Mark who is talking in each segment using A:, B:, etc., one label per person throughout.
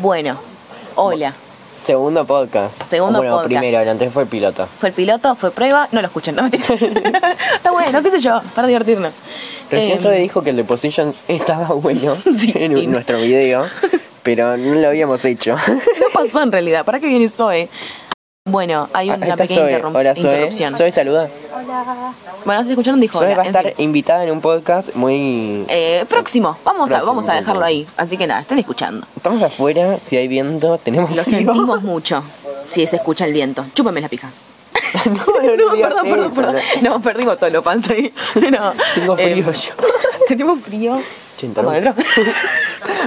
A: Bueno, hola.
B: Segundo podcast.
A: Segundo
B: bueno,
A: podcast.
B: primero, el anterior fue el piloto.
A: Fue el piloto, fue prueba, no lo escuchan, no mentira. Está bueno, qué sé yo, para divertirnos.
B: Recién
A: Eh,
B: Zoe dijo que el de Positions estaba bueno
A: Sí.
B: en un- nuestro video, pero no lo habíamos hecho.
A: No pasó en realidad, ¿para qué viene Zoe? Bueno, hay
B: Ahí
A: una
B: está
A: pequeña
B: Zoe.
A: interrum-
B: Ah, Hola, Zoe.
A: interrupción.
B: Zoe, saluda.
A: Bueno, no sé si escucharon, dijo
B: Zoe
A: hola,
B: va a
A: en
B: estar
A: fin.
B: invitada en un podcast muy...
A: Eh, próximo, vamos a,
B: Próximo,
A: vamos a dejarlo ahí.
B: próximo.
A: Así que nada, estén escuchando.
B: Estamos afuera, si hay viento, tenemos
A: Lo
B: frío.
A: sentimos mucho si se escucha el viento. Chúpame la pija.
B: no, no,
A: No,
B: digas
A: perdón,
B: eso,
A: perdón, perdón. No, perdimos todo lo panza ahí. No,
B: Tengo
A: eh,
B: frío yo.
A: Tenemos frío.
B: Che,
A: Vamos
B: entramos.
A: adentro.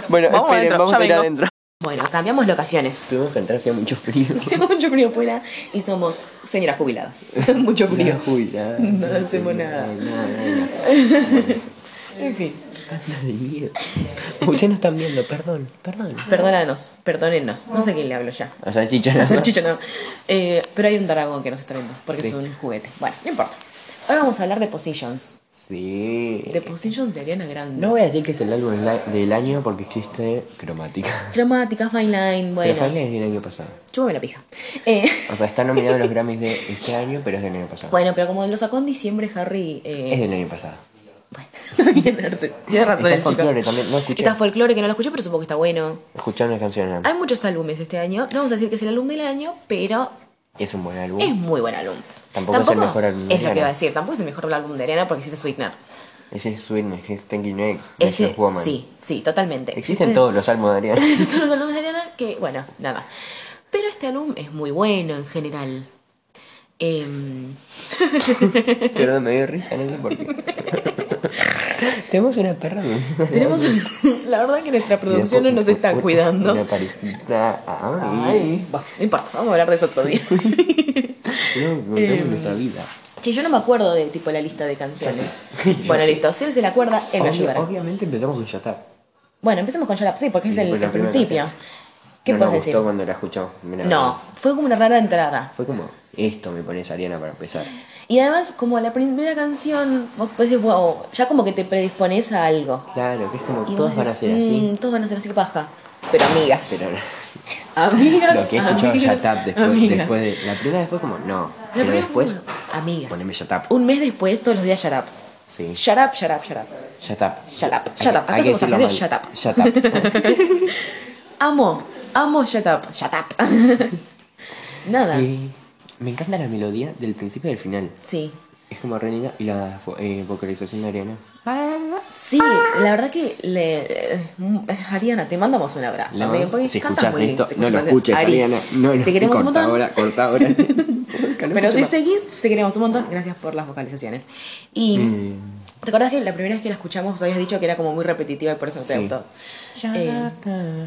B: Bueno,
A: Vamos
B: esperen,
A: adentro,
B: vamos
A: ya
B: a ir
A: vengo.
B: adentro.
A: Bueno, cambiamos locaciones.
B: Tuvimos que entrar, hacía mucho frío.
A: Hacemos mucho frío afuera y somos señoras jubiladas. mucho frío.
B: Uy, ya.
A: No hacemos nada. En fin,
B: Ustedes no están viendo, perdón, perdón.
A: perdónanos, perdónennos. No sé a quién le hablo ya.
B: O sea, chichona.
A: Es un chicho, no. Eh, pero hay un dragón que nos está viendo porque es un juguete. Bueno, no importa. Hoy vamos a hablar de Positions.
B: Sí.
A: De Positions de Ariana Grande.
B: No voy a decir que es el álbum la- del año porque existe cromática.
A: Cromática, Fine Line,
B: Pero
A: bueno.
B: Fine es del año pasado.
A: Chúpame la pija. Eh,
B: O sea, está nominado en los Grammys de este año, pero es del año pasado.
A: bueno, pero como lo sacó en diciembre, Harry.
B: Es
A: Eh,
B: del año pasado.
A: bueno, bien, Arce. Tiene razón
B: Está
A: el chico.
B: folclore también, no escuché.
A: Está folclore que no lo escuché, pero supongo que está bueno.
B: Escucharon las canciones.
A: Hay muchos álbumes este año. No vamos a decir que es el álbum del año, pero
B: Es un buen álbum.
A: es muy buen álbum.
B: Tampoco es el mejor álbum de
A: Es lo
B: Ariana.
A: que iba a decir. Tampoco es el mejor álbum de Ariana porque existe Sweetener.
B: Ese es Sweetness, es Thank You Next, de
A: Es que
B: Jeff Woman.
A: sí, sí, totalmente.
B: Existen
A: Existe-
B: todos los álbumes de Ariana.
A: Existen todos los álbumes de Ariana que, bueno, nada. Pero este álbum es muy bueno en general. Em,
B: Perdón, me dio risa, no sé por qué. Tenemos una perra. ¿no?
A: tenemos. la verdad que nuestra producción no nos está
B: Una
A: cuidando.
B: parejita. Ay,
A: Ay, bah, no importa, vamos a hablar de eso otro día.
B: no, contemos nuestra vida.
A: Che, yo no me acuerdo de tipo la lista de canciones. bueno, listo. Si él se la acuerda, él me
B: Obvio-
A: ayudará.
B: obviamente empezamos con Yatar.
A: Bueno, empecemos con Yalap, sí, porque es
B: Sí,
A: el,
B: fue la
A: el
B: primera
A: principio.
B: canción.
A: ¿Qué
B: no
A: puedes
B: nos
A: decir?
B: gustó cuando la escuchamos. mirá.
A: No, fue como una rara entrada.
B: Fue como, esto me pones Ariana para empezar.
A: Y además, como la primera canción, vos podés decir, wow, ya como que te predispones a algo.
B: Claro, que es como,
A: Y
B: todas
A: vos
B: van a
A: decís,
B: ser así.
A: "Mm, todos van a ser así, que paja. Pero amigas.
B: Pero no.
A: Amigas.
B: Lo que he escuchado
A: amigas,
B: Shut Up después,
A: amigas.
B: después de... La primera vez fue como, no.
A: La
B: Pero
A: primera
B: después,
A: fue, amigas.
B: poneme Shut Up.
A: Un mes después, todos los días, shut up.
B: Sí,
A: Shut up, shut up, shut up.
B: Shut Up.
A: Shut Up,
B: Hay
A: Shut
B: que-
A: Up. Acá
B: hay que
A: somos
B: decirlo
A: argentinos,
B: mal. Shut Up.
A: Amo, amo, shut up, shut up. Nada.
B: Eh, me encanta la melodía del principio y del final.
A: Sí.
B: Es como re linda y la vo- eh, vocalización de Ariana.
A: Sí, la verdad que le eh, Ariana, te mandamos un abrazo.
B: La
A: amiga,
B: voz,
A: porque
B: si
A: cantas
B: escuchas
A: muy lindo,
B: esto,
A: si
B: no lo
A: escuchas-
B: escuches,
A: Ari,
B: Ariana. No lo
A: te queremos un
B: corta
A: montón.
B: Ahora, corta ahora.
A: Pero si este
B: Calma.
A: seguís, te queremos un montón. Gracias por las vocalizaciones. Y.
B: Eh.
A: ¿Te acordás que la primera vez que la escuchamos habías dicho que era como muy repetitiva y por eso no te
B: Sí.
A: gustó? Eh,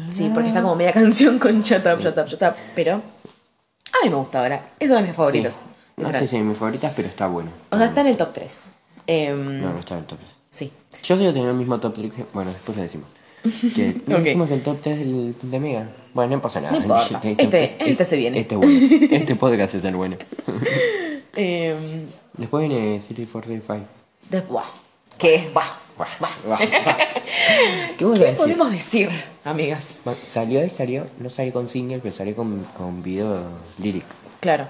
A: sí, porque está como media canción con shut up, shut up, shut up. Pero a mí me gusta ahora. Es una de mis favoritas.
B: Sí. No sé si es de mis favoritas, pero está bueno.
A: O sea, está en el top 3.
B: No, no está en el top 3.
A: Sí.
B: Yo sigo teniendo el mismo top 3 que... Bueno, después lo decimos. Que no
A: Ok.
B: dijimos el top 3 del, de Mega. Bueno, no pasa nada.
A: No importa. Este- este se viene.
B: Este es bueno. Este podcast es el bueno.
A: Em,
B: Después viene 3435.
A: de- buah, ¿Qué? Buah,
B: Buah,
A: buah.
B: buah, buah. ¿Qué vamos a
A: ¿Qué
B: decir?
A: podemos decir, amigas?
B: Bueno, Salió y salió, no salió con single, pero salió con, con video lyric.
A: Claro.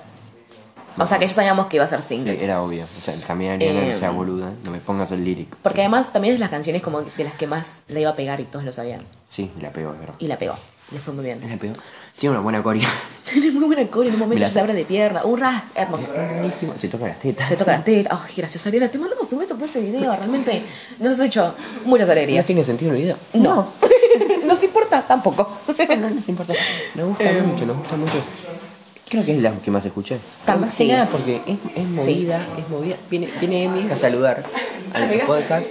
A: O sea, que ya sabíamos que iba a ser
B: Sí,
A: single.
B: era obvio. O sea, también Ariana
A: Eh,
B: no sea boluda, no me pongas el lyric.
A: Porque además también es las canciones como de las que más le iba a pegar y todos lo sabían.
B: Sí, la pegó, es verdad.
A: Y la pegó. Le fue muy bien.
B: La pegó. Tiene una buena coreo.
A: Tiene muy buena core en un momento
B: Mirá.
A: ya se abre de pierna. Un ras hermoso.
B: Eh, Buenísimo. Se toca las tetas.
A: Se toca la teta. Ay, graciosa Ariana. Te mandamos un beso por ese video. Realmente nos has hecho muchas
B: No
A: alegrías.
B: tiene sentido el video.
A: No. Nos importa tampoco.
B: No importa. Nos gusta mucho, nos gusta mucho. Creo que es la que más escuché.
A: Tam-
B: Más que
A: sí.
B: nada porque es, es movida, es movida. Viene, viene Emi a saludar al podcast.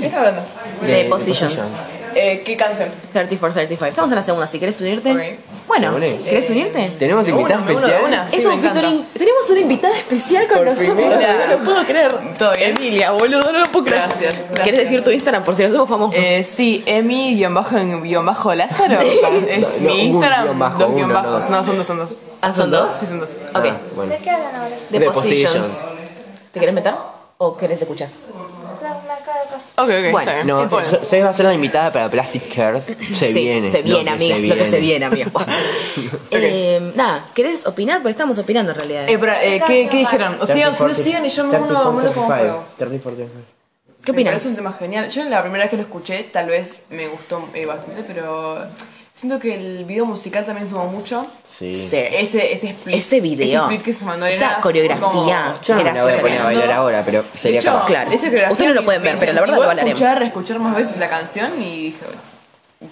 C: ¿Qué está hablando?
A: De Positions.
C: Eh, ¿Qué canción?
A: 34, 35. Estamos en la segunda. Si querés unirte.
C: Ok.
A: Bueno,
B: Bueno, eh,
A: ¿querés unirte?
B: Tenemos invitada
C: Una, me uno de
B: especial.
C: una. Sí,
A: es
C: me
A: un
C: encanta.
A: featuring. Tenemos una invitada especial con
B: Por
A: nosotros.
B: primera.
A: No lo puedo creer.
C: ¿Todo bien?
A: Emilia, boludo, no lo puedo creer.
C: Gracias, gracias.
A: ¿Quieres decir tu Instagram por si no somos famosos?
C: Eh, sí, Emi guión bajo en guión bajo Lázaro. Es
B: No, no, un
C: mi Instagram.
B: guión bajo,
C: dos guión
B: uno,
C: bajos.
B: dos.
C: No, son dos, son dos.
A: Ah, ¿son dos?
C: Sí, son dos.
B: Ah,
A: Ok.
B: bueno.
D: ¿De qué hablan ahora?
A: De
B: De
A: Positions.
B: Positions.
A: ¿Te querés meter o querés escuchar?
D: No, me acabo de acostar.
C: Ok, ok,
A: Bueno,
C: está bien.
B: No,
C: Bueno.
B: Se- Seba va a ser la invitada para Plastic Hearts. Se
A: Sí,
B: viene.
A: Se viene, amigas, lo que se viene, amigas. Eh, nada, ¿querés opinar? Porque estamos opinando en realidad.
C: Eh, pero, eh, ¿qué, qué dijeron? O sea, ustedes sigan y yo me uno, me uno como juego.
B: 34,
A: ¿Qué
C: Me parece un
A: opinas?
C: tema genial. Yo la primera vez que lo escuché, tal vez me gustó eh, bastante, pero siento que el video musical también sumó mucho.
B: Sí.
A: Sí.
C: Ese, ese split.
A: Ese video.
C: Ese split que se mandó
A: Esa
C: era
A: coreografía.
C: como-
B: Yo no me la voy a
A: Gracias,
B: poner a
C: Ariana.
B: bailar ahora, pero sería
C: De hecho,
B: capaz.
A: Claro.
C: esa coreografía
A: Ustedes no lo
C: me-
A: pueden ver,
C: me
A: pero la verdad
C: incentivó
A: lo
C: a
A: hablaremos.
C: escuchar, escuchar más veces la canción y dije,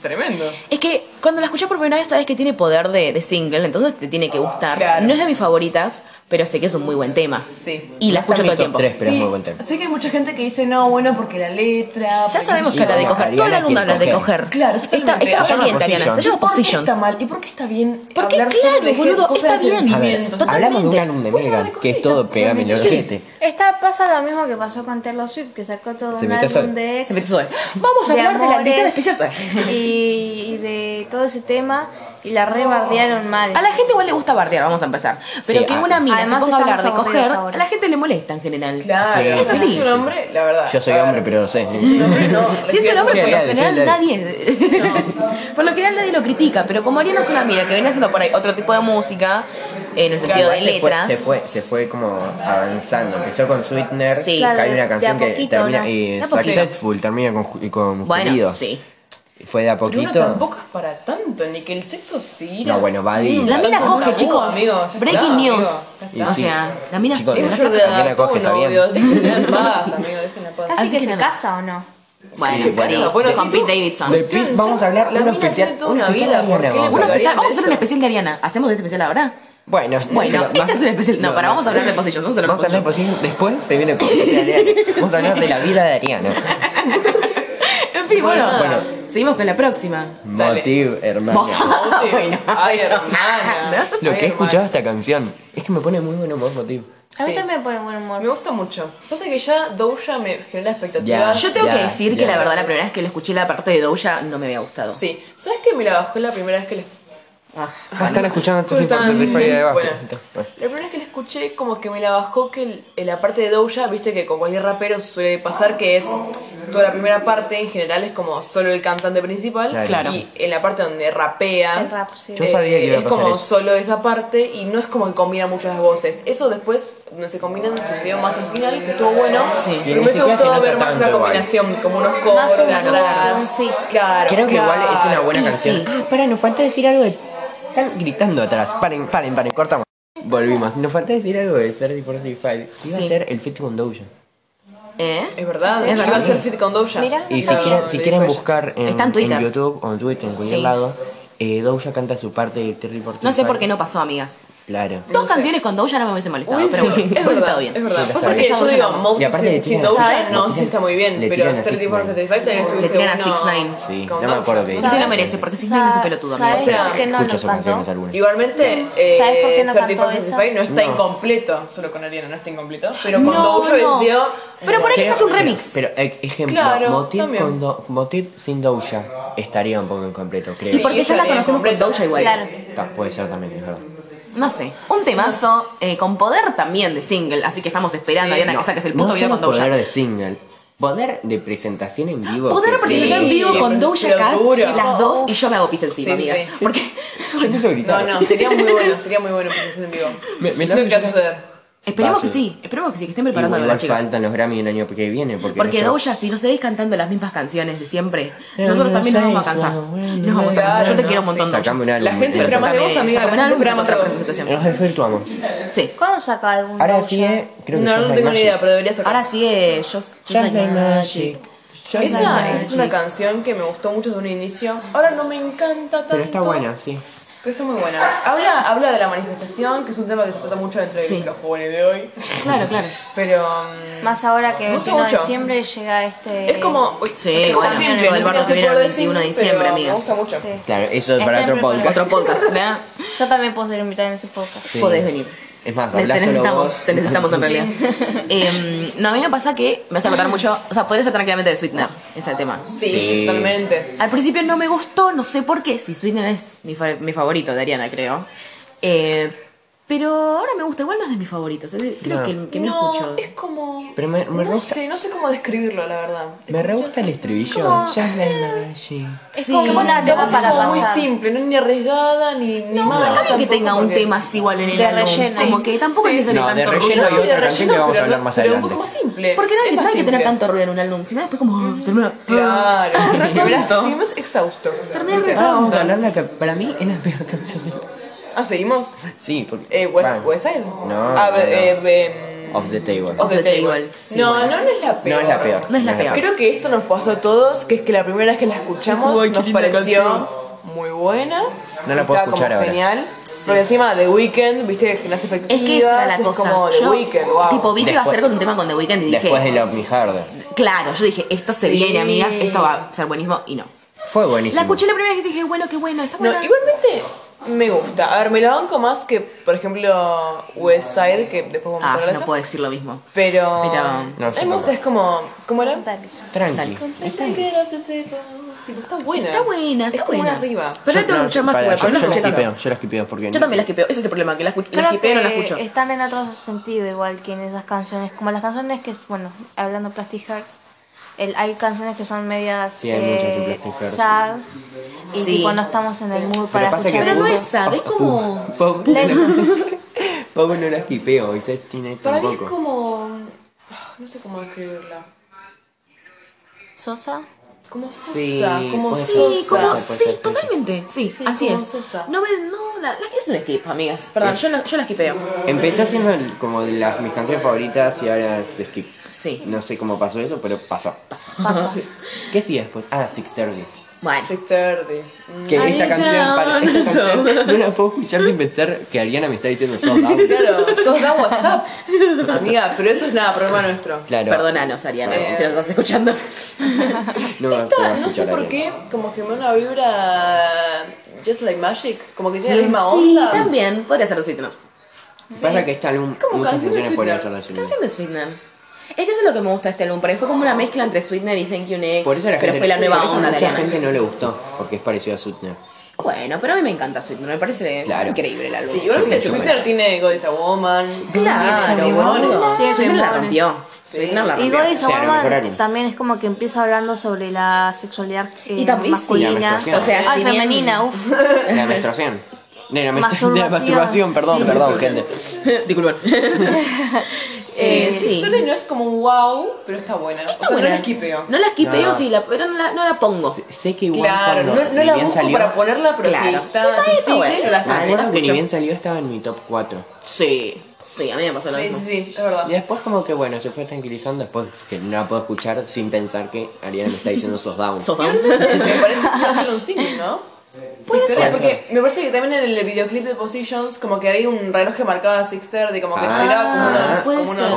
C: tremendo.
A: Es que cuando la escuchas por primera vez sabes que tiene poder de, de single, entonces te tiene que gustar.
C: Claro.
A: No es de mis favoritas, pero sé que es un muy buen tema.
C: Sí.
A: Y la
B: No está
A: escucho
B: en
A: todo
B: mi
A: el tiempo.
B: top tres, pero es muy buen tema.
C: Sé que hay mucha gente que dice, no, bueno, porque la letra.
A: Ya
C: porque-
A: sabemos que
B: Sí,
A: habla de
B: como
A: coger. Todo el
B: Ariana
A: mundo
B: quiere
A: habla de
B: coger.
A: coger.
C: Claro,
A: está,
C: totalmente.
A: estaba
B: Se llama
A: caliente, Ariana. Se
B: Positions.
A: llama
C: ¿Por qué
A: Positions.
C: está mal? ¿Y por qué está bien?
A: ¿Por qué?
C: hablar solo
A: Claro,
C: de
A: boludo,
C: cosas
A: está
C: de
A: bien.
B: A ver,
C: sentimientos?
B: hablamos de un
C: Totalmente.
B: álbum de
C: Puedes hablar
B: Megan,
C: de
B: que es
C: cosas
B: todo
C: que-
B: pegame en el
C: Sí.
B: ojete.
D: Está, pasa lo mismo que pasó con Taylor Swift, que sacó todo
B: Se
D: un
B: metió
D: álbum
B: sola.
D: de ex.
A: Se me sube. Vamos a
D: de
A: hablar de la invitada
D: amores
A: especial.
D: Y, y de todo ese tema, y la rebardearon mal.
A: A la gente igual le gusta bardear, vamos a empezar. Pero
B: Sí,
A: que
B: ah.
A: una mina
D: Además,
A: se ponga a hablar de
D: estamos
A: coger,
D: aburridos ahora.
A: a la gente le molesta en general.
C: Claro,
B: Sí.
A: Es
C: si
A: así.
C: es un hombre, la verdad.
B: Yo soy
C: a ver,
B: hombre, pero no sé.
C: un hombre no.
A: Si es un
C: lo
A: hombre,
B: Sí,
A: por lo
B: dale,
A: general
B: sí, dale.
A: nadie. por lo general nadie lo critica, pero como Ariana es una mina que viene haciendo por ahí otro tipo de música, en el sentido de
B: Igual se fue-
A: letras.
B: Se fue, se fue como avanzando. Empezó con Sweetener,
A: Sí.
B: que hay
D: Claro, de
B: una
D: a
B: canción que
D: poquito,
B: termina
D: ¿no?
B: y
D: De a
A: poquito.
B: Successful termina con ju- con
A: Bueno,
B: Judíos.
A: sí.
B: Fue de a
C: Pero uno
B: poquito.
C: tampoco es para tanto, ni que el sexo sí.
B: No, bueno, Buddy.
A: La mina
C: Tabú,
A: coge, chicos.
C: amigo, ya está,
A: Breaking
C: amigo,
A: news.
C: ya
B: está.
A: O
B: Y sí.
A: sea, la mina
B: Chicos,
A: la
C: Es
A: flaca-
C: mayor de
B: La mina
C: edad, tuvo
B: coge, está bien.
C: novios, déjenla en paz, amigo, déjenla en paz.
D: Casi
A: Así
D: que,
A: que
D: se
A: nada.
D: casa o no.
A: Bueno,
C: Sí, sí, claro.
A: bueno,
C: Bueno,
A: con
C: si tú-
A: Pete Davidson.
B: De Pete vamos a hablar
C: La
B: uno
C: mina
B: especial.
C: tiene toda una
B: uno especial
C: vida,
B: de
C: ¿por qué
B: Ariana
C: le
B: vamos a
A: Uno
B: hablar.
A: especial,
C: hablarían
A: vamos a
C: de
A: hacer un
C: eso.
A: especial de Ariana. ¿Hacemos este especial ahora?
B: Bueno,
A: Bueno, este es un especial. No,
B: para
A: pará, vamos a hablar de Positions. Vamos a hablar
B: Vamos a
A: de
B: hablar
A: Positions.
B: posición después, te viene el podcast de Ariana. Vamos a hablar de la vida de Ariana.
A: En fin, bueno,
C: Bueno.
A: seguimos con la próxima.
C: Dale.
B: Motiv, hermano.
C: Ay, Ay, hermana.
B: Lo
C: Ay,
B: que he
C: hermana.
B: escuchado esta canción es que me pone muy buen humor Motiv.
D: A mí
C: Sí.
D: también me pone buen humor.
C: Me gusta mucho. Pasa que ya Doja me genera
B: Ya.
C: expectativas.
A: Yo tengo
B: Ya,
A: que decir que
B: ya.
A: la verdad, la primera vez que lo escuché la parte de Doja no me había gustado.
C: Sí. ¿Sabes qué me la bajó la primera vez que la
A: Ah.
B: Ah, Están escuchando
C: Todo
B: tu
C: tan-
B: Spotify ahí abajo.
C: Bueno, la primera vez que la escuché, como que me la bajó que el- en la parte de Doja, viste que con cualquier rapero suele pasar que es toda la primera parte, en general es como solo el cantante principal.
B: Claro.
C: Y en la parte donde rapea.
D: El rap, sí.
B: Yo sabía que iba a
C: es
B: pasar
C: como
B: eso.
C: solo esa parte y no es como que combina muchas voces. Eso después, donde se combinan, sucedió más al final, que estuvo bueno.
A: Sí.
C: Pero
B: Que ni
C: me
B: siquiera se
C: gustó
B: nota
C: ver más una
B: tanto,
C: combinación, como unos coros,
D: Más un
C: atrás.
D: dúo, un feat.
C: Claro,
B: Creo que igual
C: claro.
B: es una buena
A: Y
B: canción.
A: sí.
B: Ah, Para, nos falta decir algo de. Están gritando atrás. Paren, paren, paren, cortamos. Volvimos. Nos falta decir algo de 3045. Iba
A: Sí.
B: a ser el fit con Doja.
A: ¿Eh?
C: Es verdad,
A: es
C: iba
A: verdad.
C: a ser fit con Doja.
D: Mira.
B: Y si
C: No,
B: quieren, si
C: me
B: quieren
C: dijo ella.
B: buscar en,
A: Está en Twitter.
B: en YouTube o en Twitter, en cualquier
A: Sí.
B: lado, eh, Doja canta su parte de 3045.
A: No sé por qué no pasó, amigas.
B: Claro.
A: Dos canciones con Doja no me hubiese molestado,
C: Hubiese-
A: pero bueno,
C: es
A: hubiese
C: verdad,
A: estado bien.
C: es verdad.
B: Sí,
C: Pasa
B: está
C: que
A: bien.
C: yo digo,
B: Y
C: Motive
B: aparte le
C: sin, sin
B: tiran-
C: Doja no, sí
B: ¿Saben?
C: está muy bien,
B: Le
C: pero
B: tiran a
C: 34
B: Six Nine.
C: 35 también
A: Le
C: estuvo
A: tiran a Six Nine.
B: Sí, no me acuerdo qué
A: Sí,
B: dice.
A: se lo merece, porque Six Nine es un pelotudo, amigo.
D: ¿Sabes
C: O sea,
D: por qué no
B: Escucho
D: lo
B: sus canciones
D: cantó?
B: algunas.
C: Igualmente, eh,
D: ¿Sabes por qué no
C: 30
D: cantó
C: Perfect
D: eso?
C: Five no está
B: No.
C: incompleto, solo con Ariana no está incompleto, pero con
A: No,
C: Doja
A: no.
C: venció.
A: Pero por ahí que saque un remix.
B: Pero, eh, ejemplo,
C: Claro,
B: Motiv,
C: también.
B: con Do- Motiv sin Doja estaría un poco incompleto, creo.
A: Sí, porque ya la
C: estaría
A: conocemos con
C: completo.
A: Doja igual.
D: Claro.
B: Ta- puede ser también, es verdad.
A: No sé, un temazo eh, con poder también de single, así que estamos esperando
C: Sí,
A: a Ariana que saques el puto
B: Eh, No
A: video
B: solo
A: con Doja.
B: poder de single, poder de presentación en vivo.
A: Poder de presentación en
C: Sí,
A: vivo
C: sí,
A: con
C: pero-
A: Doja
C: pero
A: Cat,
C: duro.
A: las dos, y yo me hago pis encima,
C: Sí,
A: amigas.
C: sí.
A: Porque
B: Yo empiezo a gritar.
C: No, no, sería muy bueno, sería muy bueno presencia en vivo.
B: Me- me
C: no
B: está
C: hay que
B: escuchando.
C: hacer.
A: esperemos
B: Va,
A: que
B: sí.
A: sí, esperemos que sí, que estén
B: Igual
A: preparando las chicas.
B: faltan los Grammy el año que viene. Porque,
A: Porque
B: no-
A: Doja, si no seguís cantando las mismas canciones de siempre, nosotros también nos vamos a cansar. Nos vamos a cansar. Yo te quiero un montón, Doja.
B: Sacame un álbum.
C: La gente
B: eh,
C: espera más de vos,
A: Sacame-
C: amiga.
A: sacame
C: la
A: un álbum,
C: gente
A: sacame
C: espera más de
A: otra
C: vos.
A: presentación.
B: Nos desvirtuamos.
A: Sí.
D: ¿Cuándo saca algún
B: Ahora
D: Doja?
B: sí, eh, creo que
C: No,
B: Just
C: no
B: Like
C: tengo ni
B: Magic.
C: idea, pero debería sacar.
A: Ahora sí eh, es Just, Just Like Magic.
B: Just Like
C: Esa
B: Magic.
C: es una canción que me gustó mucho de un inicio. Ahora no me encanta tanto.
B: Pero está buena, sí.
C: Pero está muy buena. Habla, habla de la manifestación, que es un tema que se trata mucho entre
A: Sí.
C: los jóvenes de hoy.
A: Claro, claro.
C: Pero. mm,
D: Más ahora que el
C: Me gusta
D: 21 de
C: mucho.
D: diciembre llega este...
C: es como. uy,
A: Sí,
C: es como
A: bueno,
C: simple.
A: el bardo
C: no
A: que
C: se
A: viene el
C: puede
A: 21 de
C: decir,
A: diciembre,
C: pero
A: amigas.
C: Me gusta mucho.
D: Sí.
B: Claro, eso es
D: Está
B: para
D: en
B: otro
D: preparado.
B: podcast.
A: Otro podcast, ¿verdad?
D: Yo también puedo ser invitada en ese podcast.
B: Sí.
A: Podés venir.
B: Es más,
A: Te
B: hablá solo
A: necesitamos,
B: vos.
A: te necesitamos en realidad. Em, no, a mí me pasa que me hace acordar mucho, o sea, podría ser tranquilamente de Sweetener, es el tema.
C: Sí,
B: Sí.
C: totalmente.
A: Al principio no me gustó, no sé por qué, si Sweetener es mi, fa- mi favorito de Ariana, creo. Eh, Pero ahora me gusta, igual no es de mis favoritos. es- Creo
B: No.
A: que, el que me
C: no,
A: escucho.
C: es como.
B: Pero me- me
C: no
B: gusta-
C: sé, no sé cómo describirlo, la verdad.
B: Me re gusta el estribillo. Ya es la Nadashi.
D: Es
A: Sí,
D: como una
C: Además,
D: tema
C: es
D: para
C: como muy
D: pasar.
C: simple, no es ni arriesgada ni, ni
A: No,
C: mala
A: está bien que
C: tampoco,
A: tenga un
C: porque-
A: tema así igual en el
D: de
A: álbum.
D: relleno.
A: Como que tampoco
C: Sí,
A: hay que
C: sí,
A: hacerle
B: No, de
A: tanto
B: relleno
A: ruido.
B: hay
C: Sí, de
B: otra canción
C: relleno,
B: que vamos a
C: pero
B: hablar
C: no-
B: más
C: pero un
B: adelante.
C: poco más simple.
A: Porque
C: Es
A: no, no
C: más
A: hay que tener
C: simple.
A: tanto Ah, ruido en un álbum. Si no, después como. Termina.
C: Claro,
A: re
C: te verás,
A: tonto.
C: sí, es exhausto.
A: Termina re
B: Ah, vamos a
A: tonto.
B: hablar la que para mí es la peor canción del
C: Ah, seguimos.
B: Sí, porque.
C: Eh, West,
B: bueno.
C: West Side.
B: No,
C: Ah,
B: no,
C: be-
B: no.
C: eh, be-
B: Off the table.
C: Off the
A: Off the
C: table.
A: Table, sí,
C: no,
A: bueno.
C: no, no es la peor.
B: No es la peor.
A: No es la peor.
C: Creo que esto nos pasó a todos, que es que la primera vez que la escuchamos
B: Uy, qué
C: nos
B: linda
C: pareció
B: canción.
C: muy buena.
B: No la puedo
C: Estaba
B: escuchar
C: como
B: ahora.
C: genial. Porque encima The Weeknd, viste, gimnaste
A: Es
C: expectativas.
A: que esa era la
C: es
A: cosa.
C: como The
A: Yo,
C: Weeknd, wow.
A: Tipo, vi que iba a
B: Después-
A: hacer con un tema con The Weeknd y dije.
B: Después de Love Me Harder.
A: Claro, yo dije, esto se
C: Sí.
A: viene, amigas, esto va a ser buenísimo. Y no.
B: Fue buenísimo.
A: La escuché la primera vez y dije, bueno, qué bueno, está
C: No,
A: buena.
C: igualmente me gusta. A ver, me la banco más que, por ejemplo, West Side, que después vamos a
A: ah,
C: hablar de
A: no
C: eso.
A: puedo decir lo mismo.
C: Pero.
A: Pero-
B: No,
C: a mí me
B: yo
C: gusta, es como. ¿Cómo era?
B: Tranqui.
C: Está buena.
A: Está buena, está
C: es como
A: buena.
C: una arriba.
A: Pero yo tengo que
B: no,
A: escuchar más
B: para,
A: igual,
B: yo,
A: porque no
B: yo la
A: escuché tanto.
B: skipeo, yo la skipeo porque.
A: Yo también la esquipeo, ese es el problema, que la, escuch- la
D: Creo
A: esquipeo y no la
D: que
A: escucho.
D: están en otro sentido igual que en esas canciones, como las canciones que, es- bueno, hablando Plastic Hearts, el, hay canciones que son medias eh,
B: Sí, hay muchas de Plastic Hearts.
D: sad y
A: Sí.
D: tipo no estamos en el mood para
B: pasa
D: escuchar
B: que
A: Pero no
B: puso-
A: es sad, es como-
B: Pau Pau no la esquipeo y Seth Tiene
C: Para mí es
B: tampoco.
C: como. ah, No sé cómo describirla.
D: Sosa.
C: Como sosa.
B: Sí,
C: como
B: puede
A: Sí,
B: ser.
C: sosa.
A: como,
B: Sosa, puede
A: sí,
B: ser, puede ser.
A: totalmente. Sí,
C: Sí,
A: así
C: como
A: es.
C: sosa.
A: No me, no, la, la- es un skip, amigas. Perdón,
B: Sí.
A: yo, la, yo la skipeo.
B: Empecé haciendo el- como de las, mis canciones favoritas y ahora es skip.
A: Sí.
B: No sé cómo pasó eso, pero pasó.
C: Sí.
B: ¿Qué sigue después? Ah, 630.
A: Bueno,
C: Six Thirty. Mm.
B: Que
A: Ay,
B: esta canción,
A: claro,
B: para, esta
A: eso.
B: canción no la puedo escuchar sin pensar que Ariana me está diciendo sold out.
C: Claro, sos da WhatsApp. Amiga, pero eso es nada, problema nuestro.
B: Claro.
A: perdonanos, Ariana,
C: Eh.
A: si nos estás escuchando.
B: No, te voy a
C: Esta, no sé
B: escuchar a
C: por
B: Ariana.
C: qué, como que me da una vibra. Just like Magic. Como que tiene la misma
A: Sí,
C: onda.
A: también. Podría ser de Sweetener.
B: Pasa que este álbum
C: como
B: muchas
C: canción de
B: canciones podrían ser
C: Twitter.
B: de Selena.
A: Canción de Sweetener. Es que eso es lo que me gusta de este álbum. Para mí fue como una mezcla entre Sweetener y Thank You Next.
B: Por eso la
A: pero
B: gente,
A: fue la
B: por
A: nueva
B: eso
A: onda de
B: mucha
A: Ariana.
B: gente no le gustó, porque es parecido a Sutner.
A: Bueno, pero a mí me encanta Sweetener. Me parece
B: Claro.
A: increíble el álbum.
C: Sí, igualmente
B: Sí,
C: Twitter tiene God is a Woman.
A: Claro,
C: tiene
A: boludo.
D: Tiene
A: Sweetener la
D: temores.
A: rompió. Sweetener la
D: Y
A: rompió.
D: Godis
B: O sea, lo mejor álbum.
D: también es como que empieza hablando sobre la sexualidad eh,
A: Y también sí.
B: Y la
D: masculina.
B: menstruación. O
A: sea,
D: Ay,
A: si bien-
D: femenina, uff.
B: La menstruación. De la, menstru- de la
D: Masturbación.
B: masturbación, perdón,
D: Sí,
B: perdón, gente.
A: Disculpen.
C: Eh,
A: Sí.
C: sí. Solo no es como un wow, pero está buena. o sea,
A: Buena.
C: no la skipeo.
A: No la esquipeo,
B: No.
A: sí, la, pero no la, no la pongo.
B: Sé- Sé que igual
C: Claro,
B: cuando
C: no, no la
B: recién
C: busco
B: salió,
C: para ponerla, pero
A: Claro.
C: si está,
A: Sí,
C: si
A: está
C: sigue,
A: buena.
C: no la
B: Me
A: Ah,
C: escapo.
A: la
B: acuerdo que ni
A: escucho.
B: bien salió estaba en mi top 4.
A: Sí, sí, a mí me pasó lo
C: Sí,
A: mismo.
C: sí, sí, es verdad.
B: Y después como que bueno, se fue tranquilizando después que no la puedo escuchar sin pensar que Ariana me está diciendo sos down.
A: Sos down.
C: Me parece que va a ser un single, ¿no?
A: Puede
C: Sí,
A: ser.
C: Porque me parece que también en el videoclip de Positions, como que había un reloj que marcaba 630, como que
B: Ah,
C: nos tiraba como unos,
A: puede
C: como unos,
B: ser.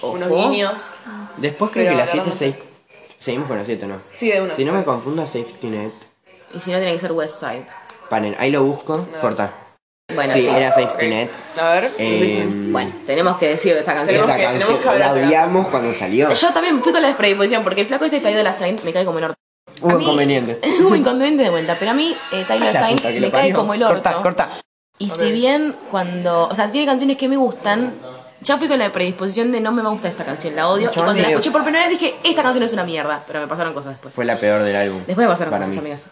B: Ojo,
C: unos
A: ojo.
C: guiños.
B: Después creo
C: Pero
B: que la
C: la
B: 7
C: verdad
B: seis- Seguimos con la 7, ¿no?
C: Sí, de una.
B: Si no me confundo, Safety Net.
A: Y si no, tiene que ser West Side.
B: Paren, ahí lo busco, corta.
A: Bueno, sí.
B: Sí, era Safety Net.
C: A ver.
B: Eh,
A: Bueno, tenemos que decir de esta canción.
C: Tenemos
B: esta
C: que- tenemos
B: canción
C: que hablar
B: la
C: de la
B: odiamos cuando salió.
A: Yo también fui con la despreposición porque el flaco este Tyler la Saint me cae como el orto.
B: Hubo
A: mí-
B: inconveniente.
A: Hubo inconveniente de vuelta, pero a mí eh, Tyler
B: La
A: Saint
B: puta que lo
A: me cae
B: parió.
A: como el orto.
B: Corta, corta.
A: Y si bien cuando, o sea, tiene canciones que me gustan, ya fui con la predisposición de no me gusta esta canción, la odio.
B: Yo
A: y cuando
B: no
A: la
B: digo-
A: escuché por primera vez dije, esta canción es una mierda, pero me pasaron cosas después.
B: Fue la peor del álbum.
A: Después me pasaron
B: para
A: cosas,
B: mí.
A: amigas.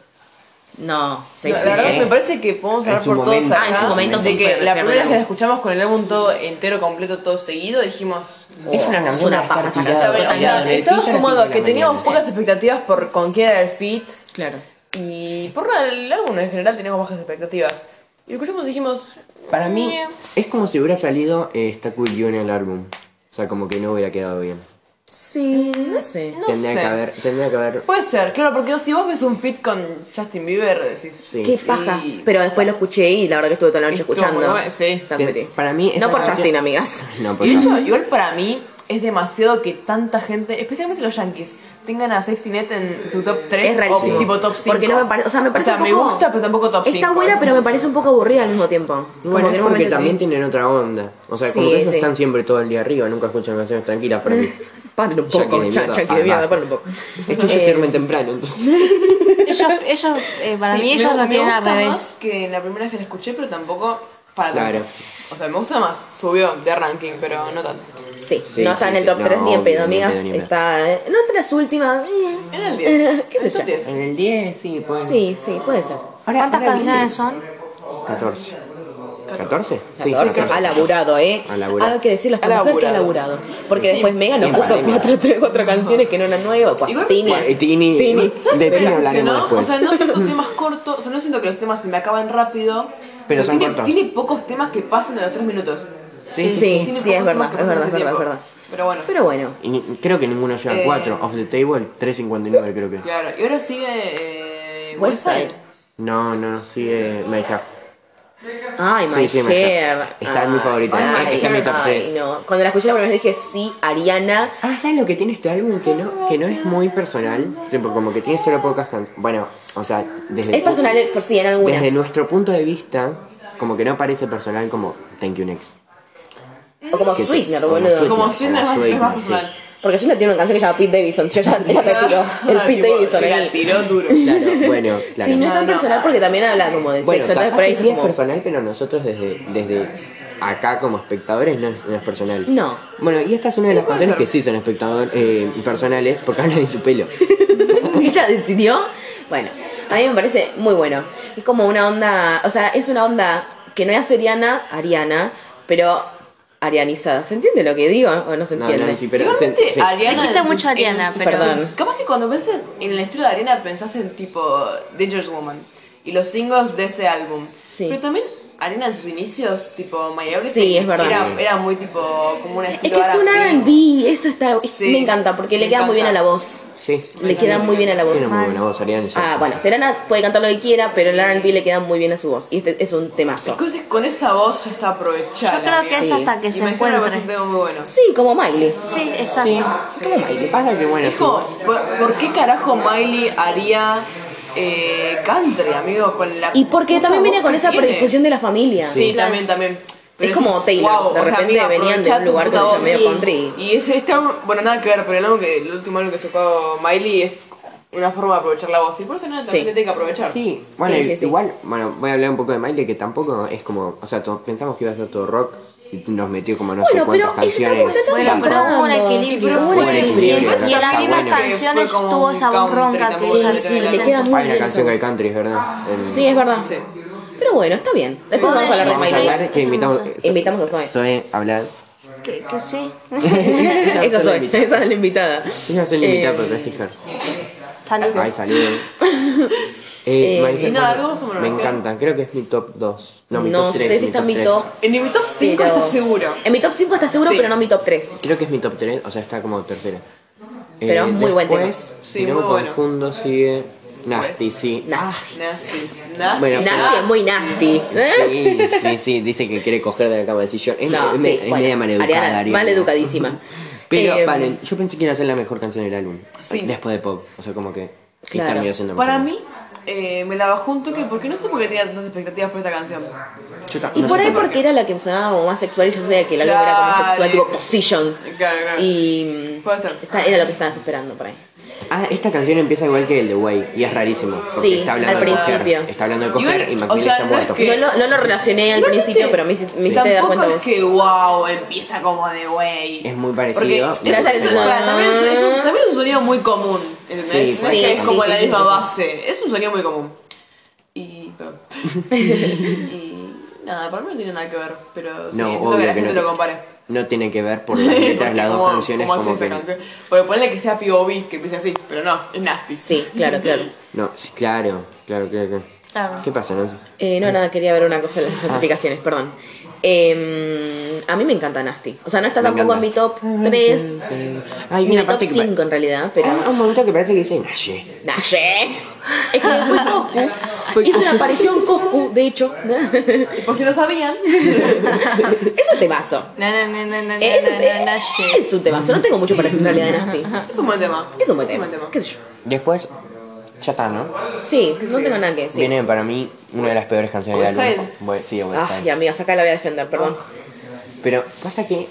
A: No,
C: No, la
A: Safety
C: verdad
A: Net.
C: me parece que podemos
B: ¿eh? En
C: hablar
B: su
C: por todos
B: momento.
C: acá
A: Ah, en su momento
C: de
A: sí,
C: que
A: fue
C: la
A: re
C: primera vez que la
A: peor.
C: escuchamos con el álbum todo entero, completo, todo seguido, dijimos
B: Es una
A: Oh,
B: canción
A: es una
B: para estar
A: paja esta
B: tirada,
A: canción.
C: Bueno, o
B: tirada
C: sea,
B: en el
C: estaba
B: piso a las
C: sumado
B: cinco
C: a
B: de
C: que
B: la
C: teníamos
B: mañana.
C: pocas expectativas por con quién era el fit
A: Claro.
C: y por nada, el álbum en general teníamos bajas expectativas. Y escuchamos y dijimos, "Eh,
B: Para mí,
C: "Meh".
B: es como si hubiera salido eh, Está Cool You en el álbum. O sea, como que no hubiera quedado bien.
A: Sí, no sé.
C: no
B: tendría
C: sé.
B: que haber, tendría que haber.
C: Puede ser, claro, porque si vos ves un fit con Justin Bieber, decís,
B: Sí.
A: Qué paja.
C: Y-
A: Pero después lo escuché y la verdad que estuve toda la noche
C: Estuvo
A: escuchando.
C: muy bueno, sí.
A: Está
B: Ten-
A: metido.
B: para mí esa
A: No por
B: canción-
A: Justin, amigas.
B: No, pues
C: Y de
B: no.
C: hecho, igual para mí es demasiado que tanta gente, especialmente los Yankees, tengan a Safety Net en su top 3
A: Es
C: o
A: rarísimo.
C: tipo top 5.
A: Porque no me parece. O sea, me parece. un
C: me
A: poco-
C: gusta, pero tampoco top 5.
A: Está buena, pero me parece un poco aburrida al mismo tiempo. Como
B: Bueno,
A: que en
B: es
A: un
B: porque
A: momento
B: también
A: sí.
B: tienen otra onda. O sea, como
A: Sí,
B: que ellos
A: sí.
B: están siempre todo el día arriba, nunca escuchan canciones tranquilas para mí.
A: Paren un
B: Ya que
A: poco,
B: de
A: cha-
B: mierda,
A: cha, que de mierda,
B: abajo.
A: paren un poco.
B: Es que ellos
A: Eh,
B: duermen temprano, entonces.
D: Ellos, ellos eh, para mí ellos
C: me,
D: lo
C: me
D: tienen al
C: gusta
D: revés.
C: más que la primera vez que la escuché, pero tampoco para tanto.
B: Claro.
C: O sea, me gusta más. Subió de ranking, pero no tanto.
A: Sí,
B: Sí,
A: no está
B: sí,
A: en el
B: sí.
A: top 3 ni
B: No,
A: en pedo,
B: ni en
A: amigas.
B: pedo, ni en pedo.
A: está. eh, no entre las últimas. eh.
C: Era el 10.
A: ¿Qué sé
C: El top
A: yo?
C: 10.
B: En el 10, sí, pues.
A: Sí, sí, puede ser.
D: ¿Cuántas canciones son?
B: 14. ¿14? Sí,
A: 14. Ha laburado, ¿eh?
B: Ha laburado.
A: Hay que decirlo a
C: Ha
A: esta mujer que ha
C: laburado.
A: laburado. Porque después Mega nos
B: En
A: puso
B: pandemia.
A: cuatro, tres, cuatro canciones que no eran nuevas. Cuatro,
C: Igual-
A: Tini.
B: Eh, Tini.
A: Tini.
B: De Tini
C: Pero
B: hablaremos
C: funcionó. O
B: después.
C: sea, no siento temas cortos, o sea, no siento que los temas se me acaban rápido.
B: Pero son
C: tiene,
B: cortos.
C: tiene pocos temas que pasen de los 3 minutos.
A: Sí, sí,
C: Tiene
A: sí, es
C: pocos
A: verdad,
C: temas que
A: es verdad,
C: pasan
A: es
C: de
A: verdad, es
C: tiempo.
A: verdad.
C: Pero bueno.
A: Pero bueno,
B: Y ni- creo que ninguno lleva
C: Eh,
B: 4. Off the table, 3.59 creo que.
C: Claro, y ahora sigue eh,
A: West Side.
C: Westside.
B: No, no, eh, sigue My Half.
A: Ay,
B: Sí,
A: my
B: sí, my
A: hair.
B: hair. Está en mi
A: Ay,
B: favorita.
A: ay,
C: Está en mi
B: top
A: ay,
B: tres.
A: no. Cuando la escuché la primera vez dije, sí, Ariana.
B: Ah, ¿sabes lo que tiene este álbum? Que no, que no es muy personal. Tipo, como que tiene solo pocas canciones. Bueno, o sea, desde.
A: Es personal eh, por sí, en algunas.
B: Desde nuestro punto de vista, como que no parece personal como Thank You Next.
A: O como
B: que-
A: Sweetener,
B: como
A: boludo.
B: Sweetener.
C: Como suena es más- es más
B: Como suena,
C: personal.
A: Porque Sweetener tiene una canción que se llama Pete Davidson. Yo ya, ya te tiró. El
C: Ah,
A: Pete
C: tipo,
A: Davidson
C: te La
A: ahí.
C: tiró duro.
B: Claro, bueno, claro.
A: Sí, no es
C: No,
A: tan
C: no. ah.
A: personal porque también habla como de
B: bueno,
A: sexo. Entonces
B: capaz
A: por ahí
B: que
A: es
B: sí es
A: como.
B: personal, pero nosotros desde, desde acá como espectadores no es, no es personal.
A: No.
B: Bueno, y esta es una de
C: Sí,
B: las
C: puede
B: canciones
C: ser.
B: que sí son espectador, eh, personales porque hablan de su pelo.
A: ella decidió. Bueno, a mí me parece muy bueno. Es como una onda, o sea, es una onda que no es Ariana, Ariana, pero arianizada. ¿Se entiende lo que digo o no se
B: No, no,
A: entiende?
B: sí, pero...
C: Igualmente,
B: se- se-
C: Ariana
D: Dijiste
C: en
D: mucho
C: sus-
D: Ariana,
C: en sus-
D: pero-
A: Perdón.
C: Capaz que cuando pensás en el estilo de Ariana pensás en tipo Dangerous Woman y los singles de ese álbum.
A: Sí.
C: Pero también Ariana en sus inicios, tipo My Everything,
A: Sí, es verdad.
C: Era, era muy tipo como una
A: Es
C: estilo
A: que es un R&B, eso está, es-
C: Sí,
A: me encanta porque le
C: me
A: queda muy bien a
C: encanta.
A: la voz.
B: sí.
A: Le queda muy bien a la voz.
B: Tiene muy buena voz, Ariana. ya.
A: Ah, bueno, Serena puede cantar lo que quiera, pero el R&B le queda muy bien a su voz y este es un temazo.
C: Entonces con esa voz ya está aprovechada.
D: Yo creo que es
A: Sí.
D: hasta que se
C: Es un
D: encuentre.
C: tema muy bueno.
A: Sí, como Miley.
D: Sí, exacto.
B: ¿Cómo, Mike? ¿Qué pasa? Que bueno,
C: Hijo, ¿por, por qué carajo Miley haría eh, country, amigo? Con la
A: Y porque
C: puta
A: también
C: voz
A: viene con
C: que
A: esa
C: tiene?
A: predisposición de la familia.
C: Sí, también, también.
A: Es como Taylor,
C: guau,
A: de
C: o sea,
A: repente
C: amiga,
A: venían de un
C: aprovechá tu
A: lugar
C: puta
A: que se
C: voz.
A: medio
C: Sí.
A: country.
C: Y ese este álbum- bueno, nada que ver, pero el, álbum que, el último álbum que sacó Miley es una forma de aprovechar la voz. Y por eso nada,
A: Sí.
C: también tiene que aprovechar.
B: Sí, bueno,
A: Sí,
B: y-
A: sí, sí.
B: igual, bueno, voy a hablar un poco de Miley, que tampoco es como, o sea, to- pensamos que iba a ser todo rock y nos metió como no sé
A: Bueno,
B: cuántas
A: pero eso
B: canciones.
A: estamos tratando
C: Bueno,
A: de
D: pero hubo un
A: encontrar.
D: equilibrio.
A: Pero hubo un
B: Hubo un
D: Y,
A: equilibrio.
B: equilibrio.
D: en- y en las
B: Está
D: mismas
B: bueno.
D: canciones
C: Fue como
D: tuvo
C: un
D: esa voz
C: country
D: ronca.
C: también,
D: tuvo
A: Sí,
D: esa
A: sí,
D: letra
A: le
D: de-
A: queda muy
B: Hay una
A: bien. esa
B: canción que hay
A: voz.
B: country, es verdad. El-
A: Sí, es verdad.
C: Sí.
A: Pero bueno, está bien. Después
D: Bueno,
A: vamos a hablar
B: Vamos
A: de
B: a
D: Miley.
B: hablar que
D: Eso no
B: invitamos,
D: sé.
A: Invitamos a Zoe.
B: Zoe, hablar.
D: Que, que sí.
A: Miley. Esa soy,
B: Ella soy la
A: esa es la invitada.
B: Ella es el
A: Eh,
B: invitado, pero te fijar.
D: Saludos.
B: Ay, salieron. Eh, Miley
C: y nada,
B: Cyrus,
C: algo sobre
B: me
C: la
B: encanta, creo que es mi top 2. No, mi
A: No
B: top 3.
A: sé si está en mi top,
C: En mi top 5
A: pero-
C: está seguro.
A: En mi top 5 está seguro,
C: Sí.
A: pero no mi top 3.
B: Creo que es mi top 3, o sea, está como tercera. Eh,
A: Pero es muy Pues, buen tema.
B: después, Si
C: Sí,
B: no me
C: muy bueno.
B: confundo, sigue Nasty, sí.
C: Ah,
A: Nasty.
C: Nasty. Nasty.
B: Bueno,
A: Nasty es muy nasty. ¿Eh?
B: Sí, sí, sí, dice que quiere coger de la cama del sillón. Es,
A: No,
B: es
A: sí,
B: me- es
A: bueno,
B: media maleducada,
A: Ariana,
B: Ariana.
A: maleducadísima.
B: Pero,
A: Eh,
B: vale, yo pensé que iba a ser la mejor canción del álbum.
C: Sí.
B: Después de Pop. O sea, como que. que
A: Claro.
B: terminó siendo la
C: Para
B: mejor.
C: mí, eh, me la bajó un toque porque no sé por qué tenía tantas expectativas por esta canción.
B: Yo ta-
A: Y
B: no
A: por
B: sé
A: ahí
B: por
A: porque era la que sonaba como más sexual y yo sabía que la álbum era como
C: Claro.
A: sexual, tipo positions.
C: Claro, claro.
A: Y
C: Puede ser.
A: esta- era lo que estabas esperando por ahí.
B: qué. Ah, esta canción empieza igual que el de Way. Y es rarísimo. porque
A: Sí,
B: está hablando
A: al
B: de coger,
A: principio.
B: está hablando de coger
C: Igual,
B: y
C: o
B: Macmillan
C: sea,
B: está
C: no
B: muerto.
C: es que-
A: No lo, no lo relacioné al
C: No,
A: principio,
C: viste,
A: pero me, hici- me hiciste dar
C: Tampoco
A: cuenta
C: es
A: vos.
C: que wow, empieza como de wey.
B: Es muy parecido,
C: Porque
B: pero
C: es un- es un-
A: es igual.
C: también, es, es un, también es un sonido muy común. ¿entendés?
B: Sí,
C: No es
A: sí,
C: que es
A: sí,
C: como
A: sí,
C: la
A: sí,
C: misma
A: sí, sí.
C: base. Es un sonido muy común. Y. pero- y nada, para mí no tiene nada que ver. Pero sí,
B: No,
C: intento
B: obvio
C: que la
B: que
C: gente
B: no
C: lo
B: te-
C: compare.
B: No tiene que ver por las letras, las dos
C: Porque
B: canciones
C: como hace
B: como
C: esa
B: que.
C: canción. Porque ponle que sea POV, que empiece así, pero no, es nasty.
A: Sí, claro, claro.
B: No, sí, claro, claro, claro, claro.
D: Claro.
B: ¿Qué pasa, Nancy?
A: Eh, no, nada, quería ver una cosa en las
B: Ah.
A: notificaciones, perdón. Eh, a mí me encanta Nasty. O sea, no está
B: Me
A: tampoco en mi top
B: encanta.
C: Ah,
A: 3,
B: Hay
A: ni
B: una
A: en mi top
B: parte que pa-
A: 5 en realidad, pero...
B: Hay un momento que parece que dice Naye.
A: Nasty. Es que fue Coscu.
B: Fue
A: Hizo
B: Coscu.
A: una aparición Coscu, de hecho.
C: Y por si no sabían,
A: Es un temazo.
D: Na, na, na, na, na,
A: Es un,
D: na, na, na, shit.
A: es un temazo. No tengo mucho para decir en realidad de Nasty.
C: es un buen tema.
A: Es un buen tema. ¿Qué sé yo?
B: Después, ya está, ¿no?
A: Sí, no tengo nada que decir.
B: Viene para mí una de las peores canciones
C: West
B: del
C: Side.
B: álbum. Bueno, sí, West
A: Ay,
B: Side.
A: amiga, acá la voy a defender, perdón.
B: Pero pasa que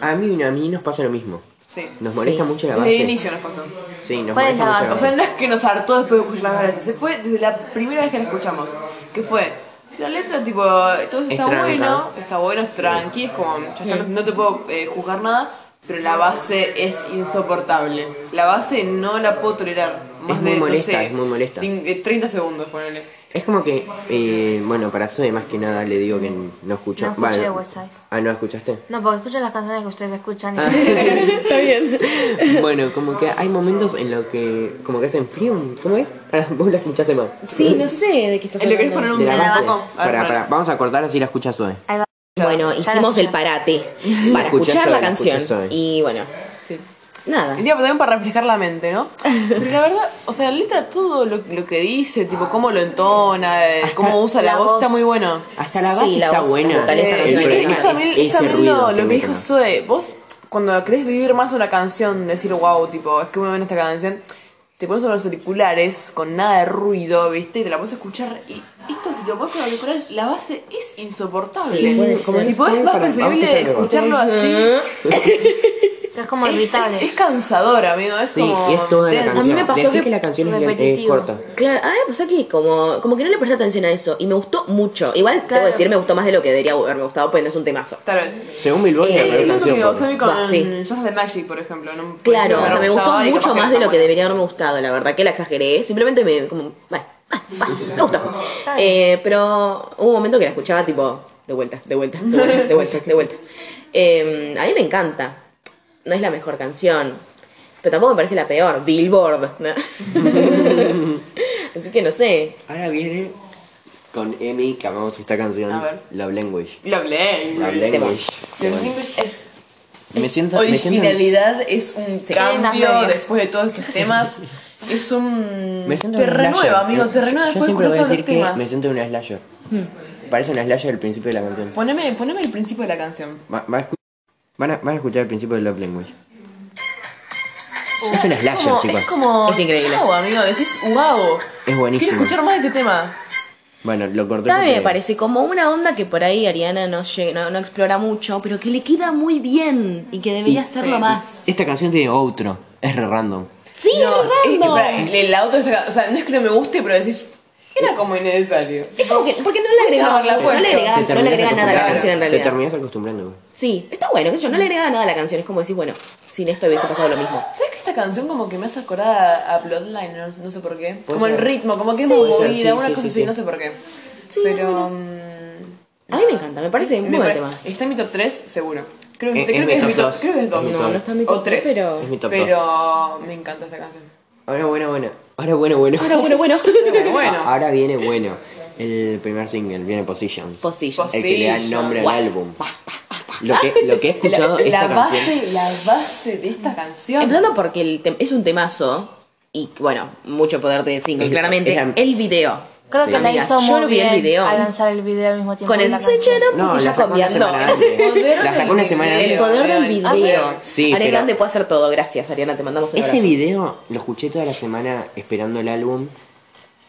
B: a mí y a mí nos pasa lo mismo.
C: Sí.
B: Nos molesta
A: Sí.
B: mucho la
C: Desde
B: base.
C: el inicio nos pasó.
B: Sí, nos
D: ¿Cuál es
B: molesta mucho
D: la base?
B: la
C: O sea,
B: base.
C: no es que nos hartó después de escuchar las veces, se fue desde la primera vez que la escuchamos, que fue La letra, tipo, todo eso
B: Es
C: está
B: tranca.
C: bueno, está bueno, es tranqui, es como, ya está, no te puedo eh, juzgar nada, pero la base es insoportable. La base no la puedo tolerar más
B: Es
C: de,
B: muy molesta,
C: no sé,
B: es muy molesta.
C: cin- eh, 30 segundos, ponele.
B: Es como que, eh, bueno, para Sue más que nada le digo que no escucho.
D: No escuché
B: Vale.
D: West Side.
B: Ah, ¿no escuchaste?
D: No, porque escucho las canciones que ustedes escuchan. y-
A: Está bien.
B: bueno, como que hay momentos en los que como que hacen frío. ¿Cómo es? Ah, Vos la escuchaste más.
A: Sí, no sé de qué estás
C: Eh, ¿Le querés poner
A: hablando.
B: De
C: un
B: la
D: la
B: base.
D: banco.
C: poco? A ver,
B: Pará,
C: ponele.
B: pará, Vamos a cortar así la escucha Zoe.
D: Ahí va.
A: Bueno,
D: Ya la
A: hicimos
D: escuché.
A: el parate para
B: Escuchá
A: escuchar
B: Zoe,
A: la
B: escuchá
A: canción.
B: Zoe.
A: Y bueno,
C: Sí.
A: nada.
C: Y, tipo, también para reflejar la mente, ¿no? Pero la verdad, o sea, la letra, todo lo, lo que dice, tipo, cómo lo entona, eh, cómo usa la,
D: la
C: voz,
D: voz.
C: está muy bueno.
B: Hasta la
A: Sí,
B: base
A: la
B: está
A: voz
B: buena.
A: vocal está
C: Eh,
A: canción
B: el
A: es buena.
B: problema
C: es que es
B: es
C: también, es
B: ese
C: también
B: ruido
C: lo,
B: que
C: lo que
B: meten.
C: dijo Zoe. Vos, cuando querés vivir más una canción, decir, wow, tipo, es que muy buena esta canción, te pones unos auriculares con nada de ruido, ¿viste? Y te la pones a escuchar. Y esto, si te lo pones con auriculares, la base es insoportable.
A: Sí, puede
C: como
A: ser.
C: tipo, es
B: Puede
C: más
B: para- vamos a
C: preferible
B: hacer algo.
C: escucharlo así.
D: Es como
C: Es,
D: irritable.
C: es cansador, amigo. Es
B: Sí,
C: como.
B: y es toda la
C: intenso.
B: canción.
A: A mí me pasó
B: Decí
A: que-
B: que la canción es- es,
D: repetitivo.
B: corta.
A: Claro, a mí me pasó que como, como que no le presté atención a eso y me gustó mucho. Igual te
D: Claro.
A: debo decir, me gustó más de lo que debería haberme gustado, pues no es un temazo.
C: Tal vez.
B: Según Billboard,
A: Eh,
B: la
A: Pero
C: Es
B: peor
C: lo que
B: canción.
C: me pasó a
B: por-
C: mí con
A: Va, sí.
C: Just the Magic, por ejemplo. No,
A: Claro,
C: no
A: o sea, me gustó
C: gustaba y
A: mucho
C: capaz
A: más de
C: no tan
A: lo que
C: buena.
A: debería haberme gustado, la verdad, que la exageré. Simplemente me, como, bueno, ah, ah, me gustó.
D: Está
A: Eh, pero hubo un momento que la escuchaba tipo, de vuelta, de vuelta, de vuelta, de vuelta, de vuelta. Eh, a mí me encanta. No es la mejor canción, pero tampoco me parece la peor, Billboard. ¿no? Así que no sé.
B: Ahora viene con Emi que amamos esta canción.
C: A ver.
B: Love Language.
C: La hablé.
B: Love Language.
C: La English es
B: Me siento, me siento,
C: originalidad, es un
D: Queden las
C: cambio
D: medias.
C: después de todos estos temas. Es un.
B: me siento
C: te
B: un
C: renueva,
B: slasher.
C: amigo, te renueva
B: Yo
C: después
B: siempre
C: de escuchar
B: voy a
C: todos
B: decir
C: los
B: que
C: temas. Hmm.
B: me siento una slasher. Parece una slasher el principio de la canción.
C: Poneme, poneme el principio de la canción.
B: Va- va a escu- van, a, van a escuchar el principio de Love Language. es una slasher,
C: como,
B: chicos.
C: Es como.
A: Es increíble.
C: Chau, amigo, decís wow.
B: Es buenísimo.
C: Quiero escuchar más de este tema.
B: Bueno, lo corté.
A: También me
B: porque-
A: parece como una onda que por ahí Ariana no, lle- no, no explora mucho, pero que le queda muy bien y que debería
B: Y-
A: hacerlo
C: sí.
A: más.
B: Esta canción tiene outro. Es re random.
A: Sí,
C: No, es
A: es
C: que
A: random.
C: para, el, el auto está- O sea, no es que no me guste, pero decís. Era como innecesario.
A: Es como que, porque no le agregaba,
C: haberla
A: no le
C: puesto.
A: agregaba,
B: Te
A: no le
B: terminás
A: agregaba nada a la
B: acostumbrando.
A: canción en
B: Te
A: realidad.
B: terminas acostumbrando. güey.
A: Sí, está bueno, qué sé yo, no le agregaba nada a la canción. Es como decir, bueno, sin esto hubiese pasado lo mismo.
C: ¿Sabes que esta canción como que me hace acordar a, a Bloodline? No, no sé por qué.
B: Puede
C: Como el
B: ser.
C: ritmo, como que es
A: Sí.
C: muy
B: Puede ser,
C: movida,
B: sí,
C: una
B: sí,
C: cosa
B: sí,
C: así,
B: sí.
C: no sé por qué.
A: Sí,
C: Pero.
A: más o
C: mm,
A: A mí me encanta, me parece un
C: me
A: buen
C: pare-
A: tema.
C: Está en mi top 3, seguro. Creo que,
B: Eh,
C: creo
B: es
C: que
B: mi
C: es
B: top
C: mi top
B: dos.
C: 2. Creo que es 2.
B: Es mi
A: No, no está en mi top
C: O 3.
A: tres, pero-
B: Es mi top
C: Pero me encanta esta canción.
B: Ahora bueno, bueno. Ahora bueno, bueno.
A: Ahora, bueno, bueno.
C: Pero bueno.
B: Ah, Ahora viene bueno. El primer single viene Positions.
A: Position.
B: El que le da el nombre al
C: Positions.
B: álbum. Lo que, lo que he
C: La,
B: escuchado
C: la
B: esta
C: base,
B: canción.
C: la base de esta canción.
A: Empezando porque el tem- es un temazo y, bueno, mucho poder de single,
B: Es-
A: claramente.
B: es la-
A: El video.
D: Creo que
B: Sí.
D: la
A: Amiga,
D: hizo
A: yo
D: muy
A: lo vi el
D: bien
A: video.
D: al lanzar el video al mismo tiempo.
A: Con
D: que
A: el
D: la
A: switch
D: canción.
A: up
B: No,
A: y
B: la
A: ya
B: sacó una
A: copiando.
B: semana antes.
C: Poder
B: La sacó
C: del
B: una semana
C: video.
A: El
B: antes.
A: poder del
C: Ah,
A: video.
B: Sí,
A: Ariana
B: pero-
A: Grande puede hacer todo. Gracias, Ariana. Te mandamos un
B: Ese
A: abrazo.
B: video lo escuché toda la semana esperando el álbum.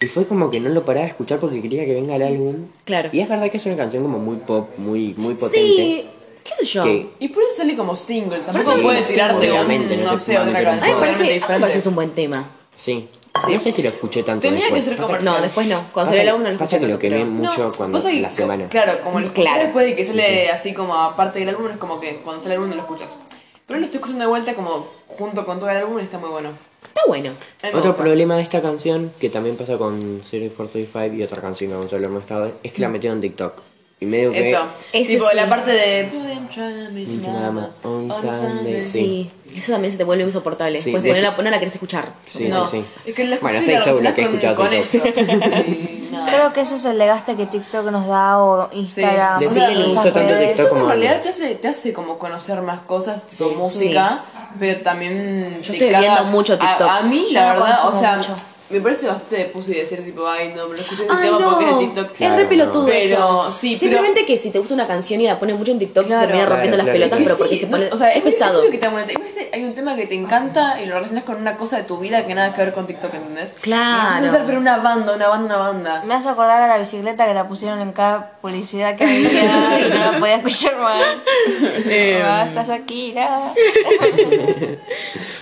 B: Y fue como que no lo paraba de escuchar porque quería que venga el álbum.
A: Claro.
B: Y es verdad que es una canción como muy pop, muy, muy potente.
A: Sí, qué sé yo.
B: Que-
C: Y por eso sale como single. Tampoco
A: eso
C: puede
A: como
C: tirarte
B: single, obviamente,
C: un,
B: no
C: no
B: te
C: sé,
B: pueden
C: otra
B: meter un
A: A mí
C: canción.
A: me parece, a mí me
C: totalmente
A: parece
C: diferente.
A: es un buen tema.
B: Sí. No sé si lo escuché tanto
C: Tenía que
B: después.
C: ser
B: Pasa-
C: comercial.
A: No, después no. Cuando
B: pasa
A: salió
B: que-
A: la 1 no
B: Pasa que lo quemé
A: pero-
B: mucho cuando
C: pasa que
B: la
C: co-
B: semana.
C: Claro, como lo escuchás
A: Claro.
C: después de que sale así como aparte del álbum, es como que cuando sale el álbum no lo escuchas. Pero lo estoy escuchando de vuelta como junto con todo el álbum y está muy bueno.
A: Está bueno.
C: A mí me
B: Otro
C: gusta.
B: problema de esta canción, que también pasa con 0435 y otra canción que vamos a hablar más tarde, es que la metieron en TikTok. Y medio que...
C: Eso.
A: Eso
C: tipo
A: sí.
C: la parte de.
B: Mama, on Sunday.
A: Sí. Eso también se te vuelve insoportable.
B: Sí,
A: Pues
B: sí,
A: porque
B: sí.
A: no, la, no la querés escuchar.
B: Sí,
C: no.
B: sí, sí.
C: Es que la
B: bueno,
C: escuché y
B: seis
C: la
B: seguro que he
C: relacionás
B: escuchado
C: con, con
B: eso.
C: eso. Y nada.
D: Creo que ese es el legaste que TikTok nos da o Instagram.
B: Decir
D: o
B: que le
D: esas
B: hizo tanto
D: redes.
B: TikTok.
C: Eso en
B: como
C: realidad
B: algo.
C: te hace, te hace como conocer más cosas, tipo
A: Sí.
C: música, pero también...
A: Yo
C: te
A: estoy viendo mucho
C: a-
A: TikTok.
C: A, mí,
D: Yo
C: la
D: no
C: verdad, o
D: consumo
C: sea,
D: mucho.
C: me parece bastante pussy decir tipo, ay, no, pero escuché este
A: Ay,
C: tema porque es
A: Ah, no.
C: de TikTok.
A: es re
B: Claro,
A: pelotudo
C: no.
A: eso.
C: Pero, sí,
A: Simplemente que si te gusta una canción y la pones mucho en TikTok,
C: Claro.
A: termina rompiendo las
B: Claro, claro.
A: pelotas,
B: Es
A: pero porque te pone-
C: o sea,
A: es pesado.
C: obvio que te molesta. Imagínate, hay un tema que te encanta y lo relacionas con una cosa de tu vida que nada que ver con TikTok, ¿entendés?
A: Claro.
C: Y empezás a hacer, pero una banda, una banda, una banda.
D: Me hace acordar a la bicicleta que la pusieron en cada publicidad que había y no la podía Ah, escuchar más. Basta, Shakira.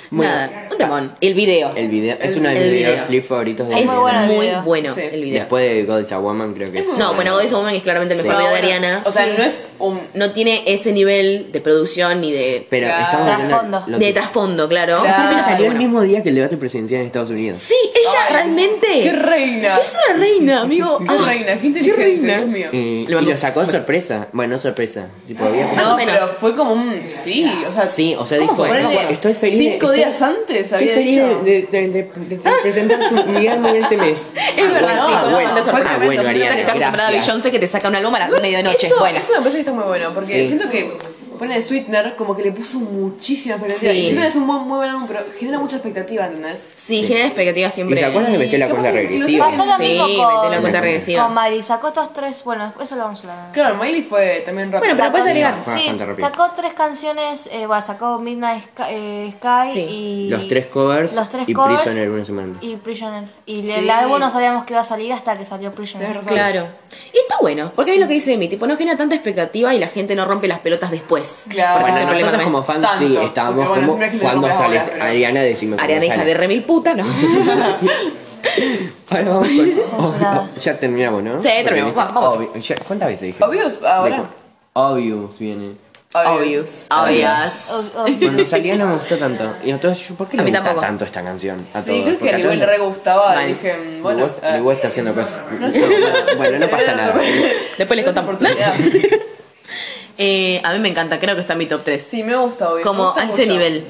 B: Bueno.
A: Nada, un temón. El video.
B: El video es
A: El-
B: uno de mis
A: el
B: videos
A: video.
B: clips favoritos de
A: Es
D: muy
A: muy
D: bueno
A: bueno,
D: el video.
C: Sí.
A: el video.
B: Después de God is a Woman, creo que es.
A: no, bueno, God is a Woman es claramente el
B: Sí.
A: mejor video de
C: bueno,
A: Ariana.
C: O sea,
D: Sí.
C: no es un.
A: No tiene ese nivel de producción ni de,
B: Pero estamos
D: Trasfondo.
B: hablando lo
A: de
B: que-
A: trasfondo, claro.
C: Claro.
B: Aparte salió el
A: Bueno.
B: mismo día que el debate presidencial en Estados Unidos.
A: Sí, ella realmente.
C: ¡Qué reina!
A: Es una reina, amigo.
C: ¡Qué
A: Ah,
C: reina! ¡Qué inteligente!
A: reina.
C: Dios mío.
B: Eh,
A: Le
B: y
A: mandó-
B: lo sacó de sorpresa. Bueno, no sorpresa. Tipo, había-
A: Más o
C: No,
A: menos.
C: pero fue como un. Sí, o sea.
B: Sí, o sea, dijo,
C: Ponele,
B: "No, estoy feliz de-
C: Cinco
B: estoy-
C: días antes
B: Estoy
C: había
B: feliz
C: dicho.
B: de, de- de- de- de presentar su- mi álbum este mes.
A: Es verdad,
C: bueno,
A: sí,
C: ah,
A: como
C: bueno,
A: de sorpresa.
C: fue
B: ah, bueno,
C: tremendo, fue
A: Está
B: Ariana,
A: que está acostumbrada
B: gracias.
A: Beyoncé que te saca un álbum a las medianoche.
C: Eso,
A: Bueno.
C: eso me parece que está muy bueno, porque
B: Sí.
C: siento que pone de Sweetener como que le puso muchísimas expectativas.
A: Sí.
C: Y Sweetener es un buen- muy buen álbum, pero genera mucha expectativa, ¿entendés?
A: Sí, genera expectativas
B: ¿Y
A: siempre.
B: se acuerdan de meter la cuenta regresiva?
D: Pasó lo
A: Sí,
D: mismo
A: metió la
D: con,
A: cuenta regresiva.
D: con Miley. Sacó estos tres. Bueno, eso lo vamos a hablar.
C: Claro, Miley fue también rápido.
A: Bueno, pero puedes agregar.
B: Fue
D: Sí,
B: bastante rápido.
D: sacó tres canciones. eh, bueno, sacó Midnight Sky, eh, Sky
A: Sí.
D: y.
B: Los tres covers
D: los tres
B: y
D: covers
B: Prisoner una semana.
D: Y Prisoner. Y
C: Sí.
D: el álbum no sabíamos que iba a salir hasta que salió
C: Tenés
D: Prisoner.
C: razón.
A: Claro. Y está bueno, porque es lo que dice Emi, tipo, no genera tanta expectativa y la gente no rompe las pelotas después.
C: Claro.
A: Porque
B: Bueno,
A: ese
C: Bueno,
A: problema
B: nosotros
A: no
B: como
A: es-
B: fans
C: tanto,
B: sí
C: porque
B: estábamos
C: bueno,
B: como
C: no es que le
B: cuando
C: rompamos
B: sale
C: bolas, pero-
B: Ariana decime cuando
A: Ariana, hija
B: sale.
A: de remil puta, ¿no?
B: Ahora vamos con-
D: Censurado.
B: oh, oh, ya terminamos, ¿no?
A: Sí, terminamos,
B: Porque-
A: vamos.
B: Obvio- ya- ¿Cuántas veces dije?
C: Obvious, ahora.
B: Obvious viene.
A: Obvious. Obvious.
D: O- o-
B: Cuando salió no me gustó tanto. Y entonces, yo, ¿por qué
A: A
B: le
A: mí
B: gusta
A: tampoco.
B: tanto esta canción? A todos,
C: Sí, creo
B: porque
C: que
B: a
C: a nivel
B: todos-
C: re gustaba.
A: Mal.
C: Dije,
B: Mi
C: bueno.
B: voz-
C: eh,
B: Mi voz está haciendo cosas. Bueno, no pasa nada.
A: Después les
C: otra
A: contamos.
C: oportunidad.
A: Eh, a mí me encanta, creo que está en mi top 3.
C: Sí, me gusta hoy. me
A: Como
C: gusta
A: a ese
C: mucho.
A: nivel.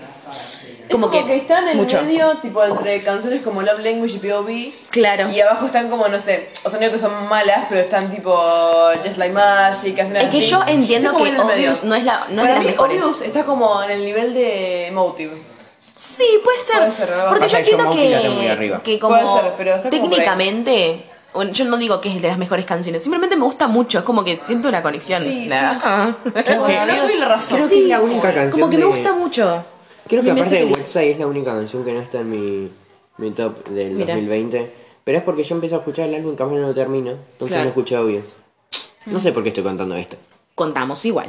C: Es como, que, están en el
A: mucho.
C: medio, tipo entre canciones como Love Language y POV.
A: Claro.
C: Y abajo están como, no sé, o sea, no digo que son malas, pero están tipo Just Like Magic, canciones
A: Es que
C: así.
A: yo entiendo
C: Está como
A: que
C: en el medio.
A: Obvious no es la- no es de
C: Para
A: las
C: mí,
A: mejores.
C: Obvious está como en el nivel de Motive.
A: Sí, puede ser.
C: Puede ser, algo
A: porque yo
B: así. Pasa que yo
A: entiendo
B: Monkey la tengo muy
A: que,
B: arriba.
A: que como
C: Puede ser, pero está como por ahí.
A: técnicamente, bueno, yo no digo que es de las mejores canciones, simplemente me gusta mucho, es como que siento una conexión. Ah.
C: Sí, sí.
A: Nada.
C: Bueno, no soy la razón.
B: Creo que es la única canción.
A: Como que me
B: de-
A: gusta mucho.
B: Creo que
A: Me
B: aparte
A: hace
B: de
A: feliz.
B: Website es la única canción que no está en mi, mi top del
A: Mira.
B: 2020. Pero es porque yo empiezo a escuchar el álbum y capaz no lo termino. Entonces
A: Claro.
B: no escuché Obvious. No sé por qué estoy contando esto.
A: Contamos igual.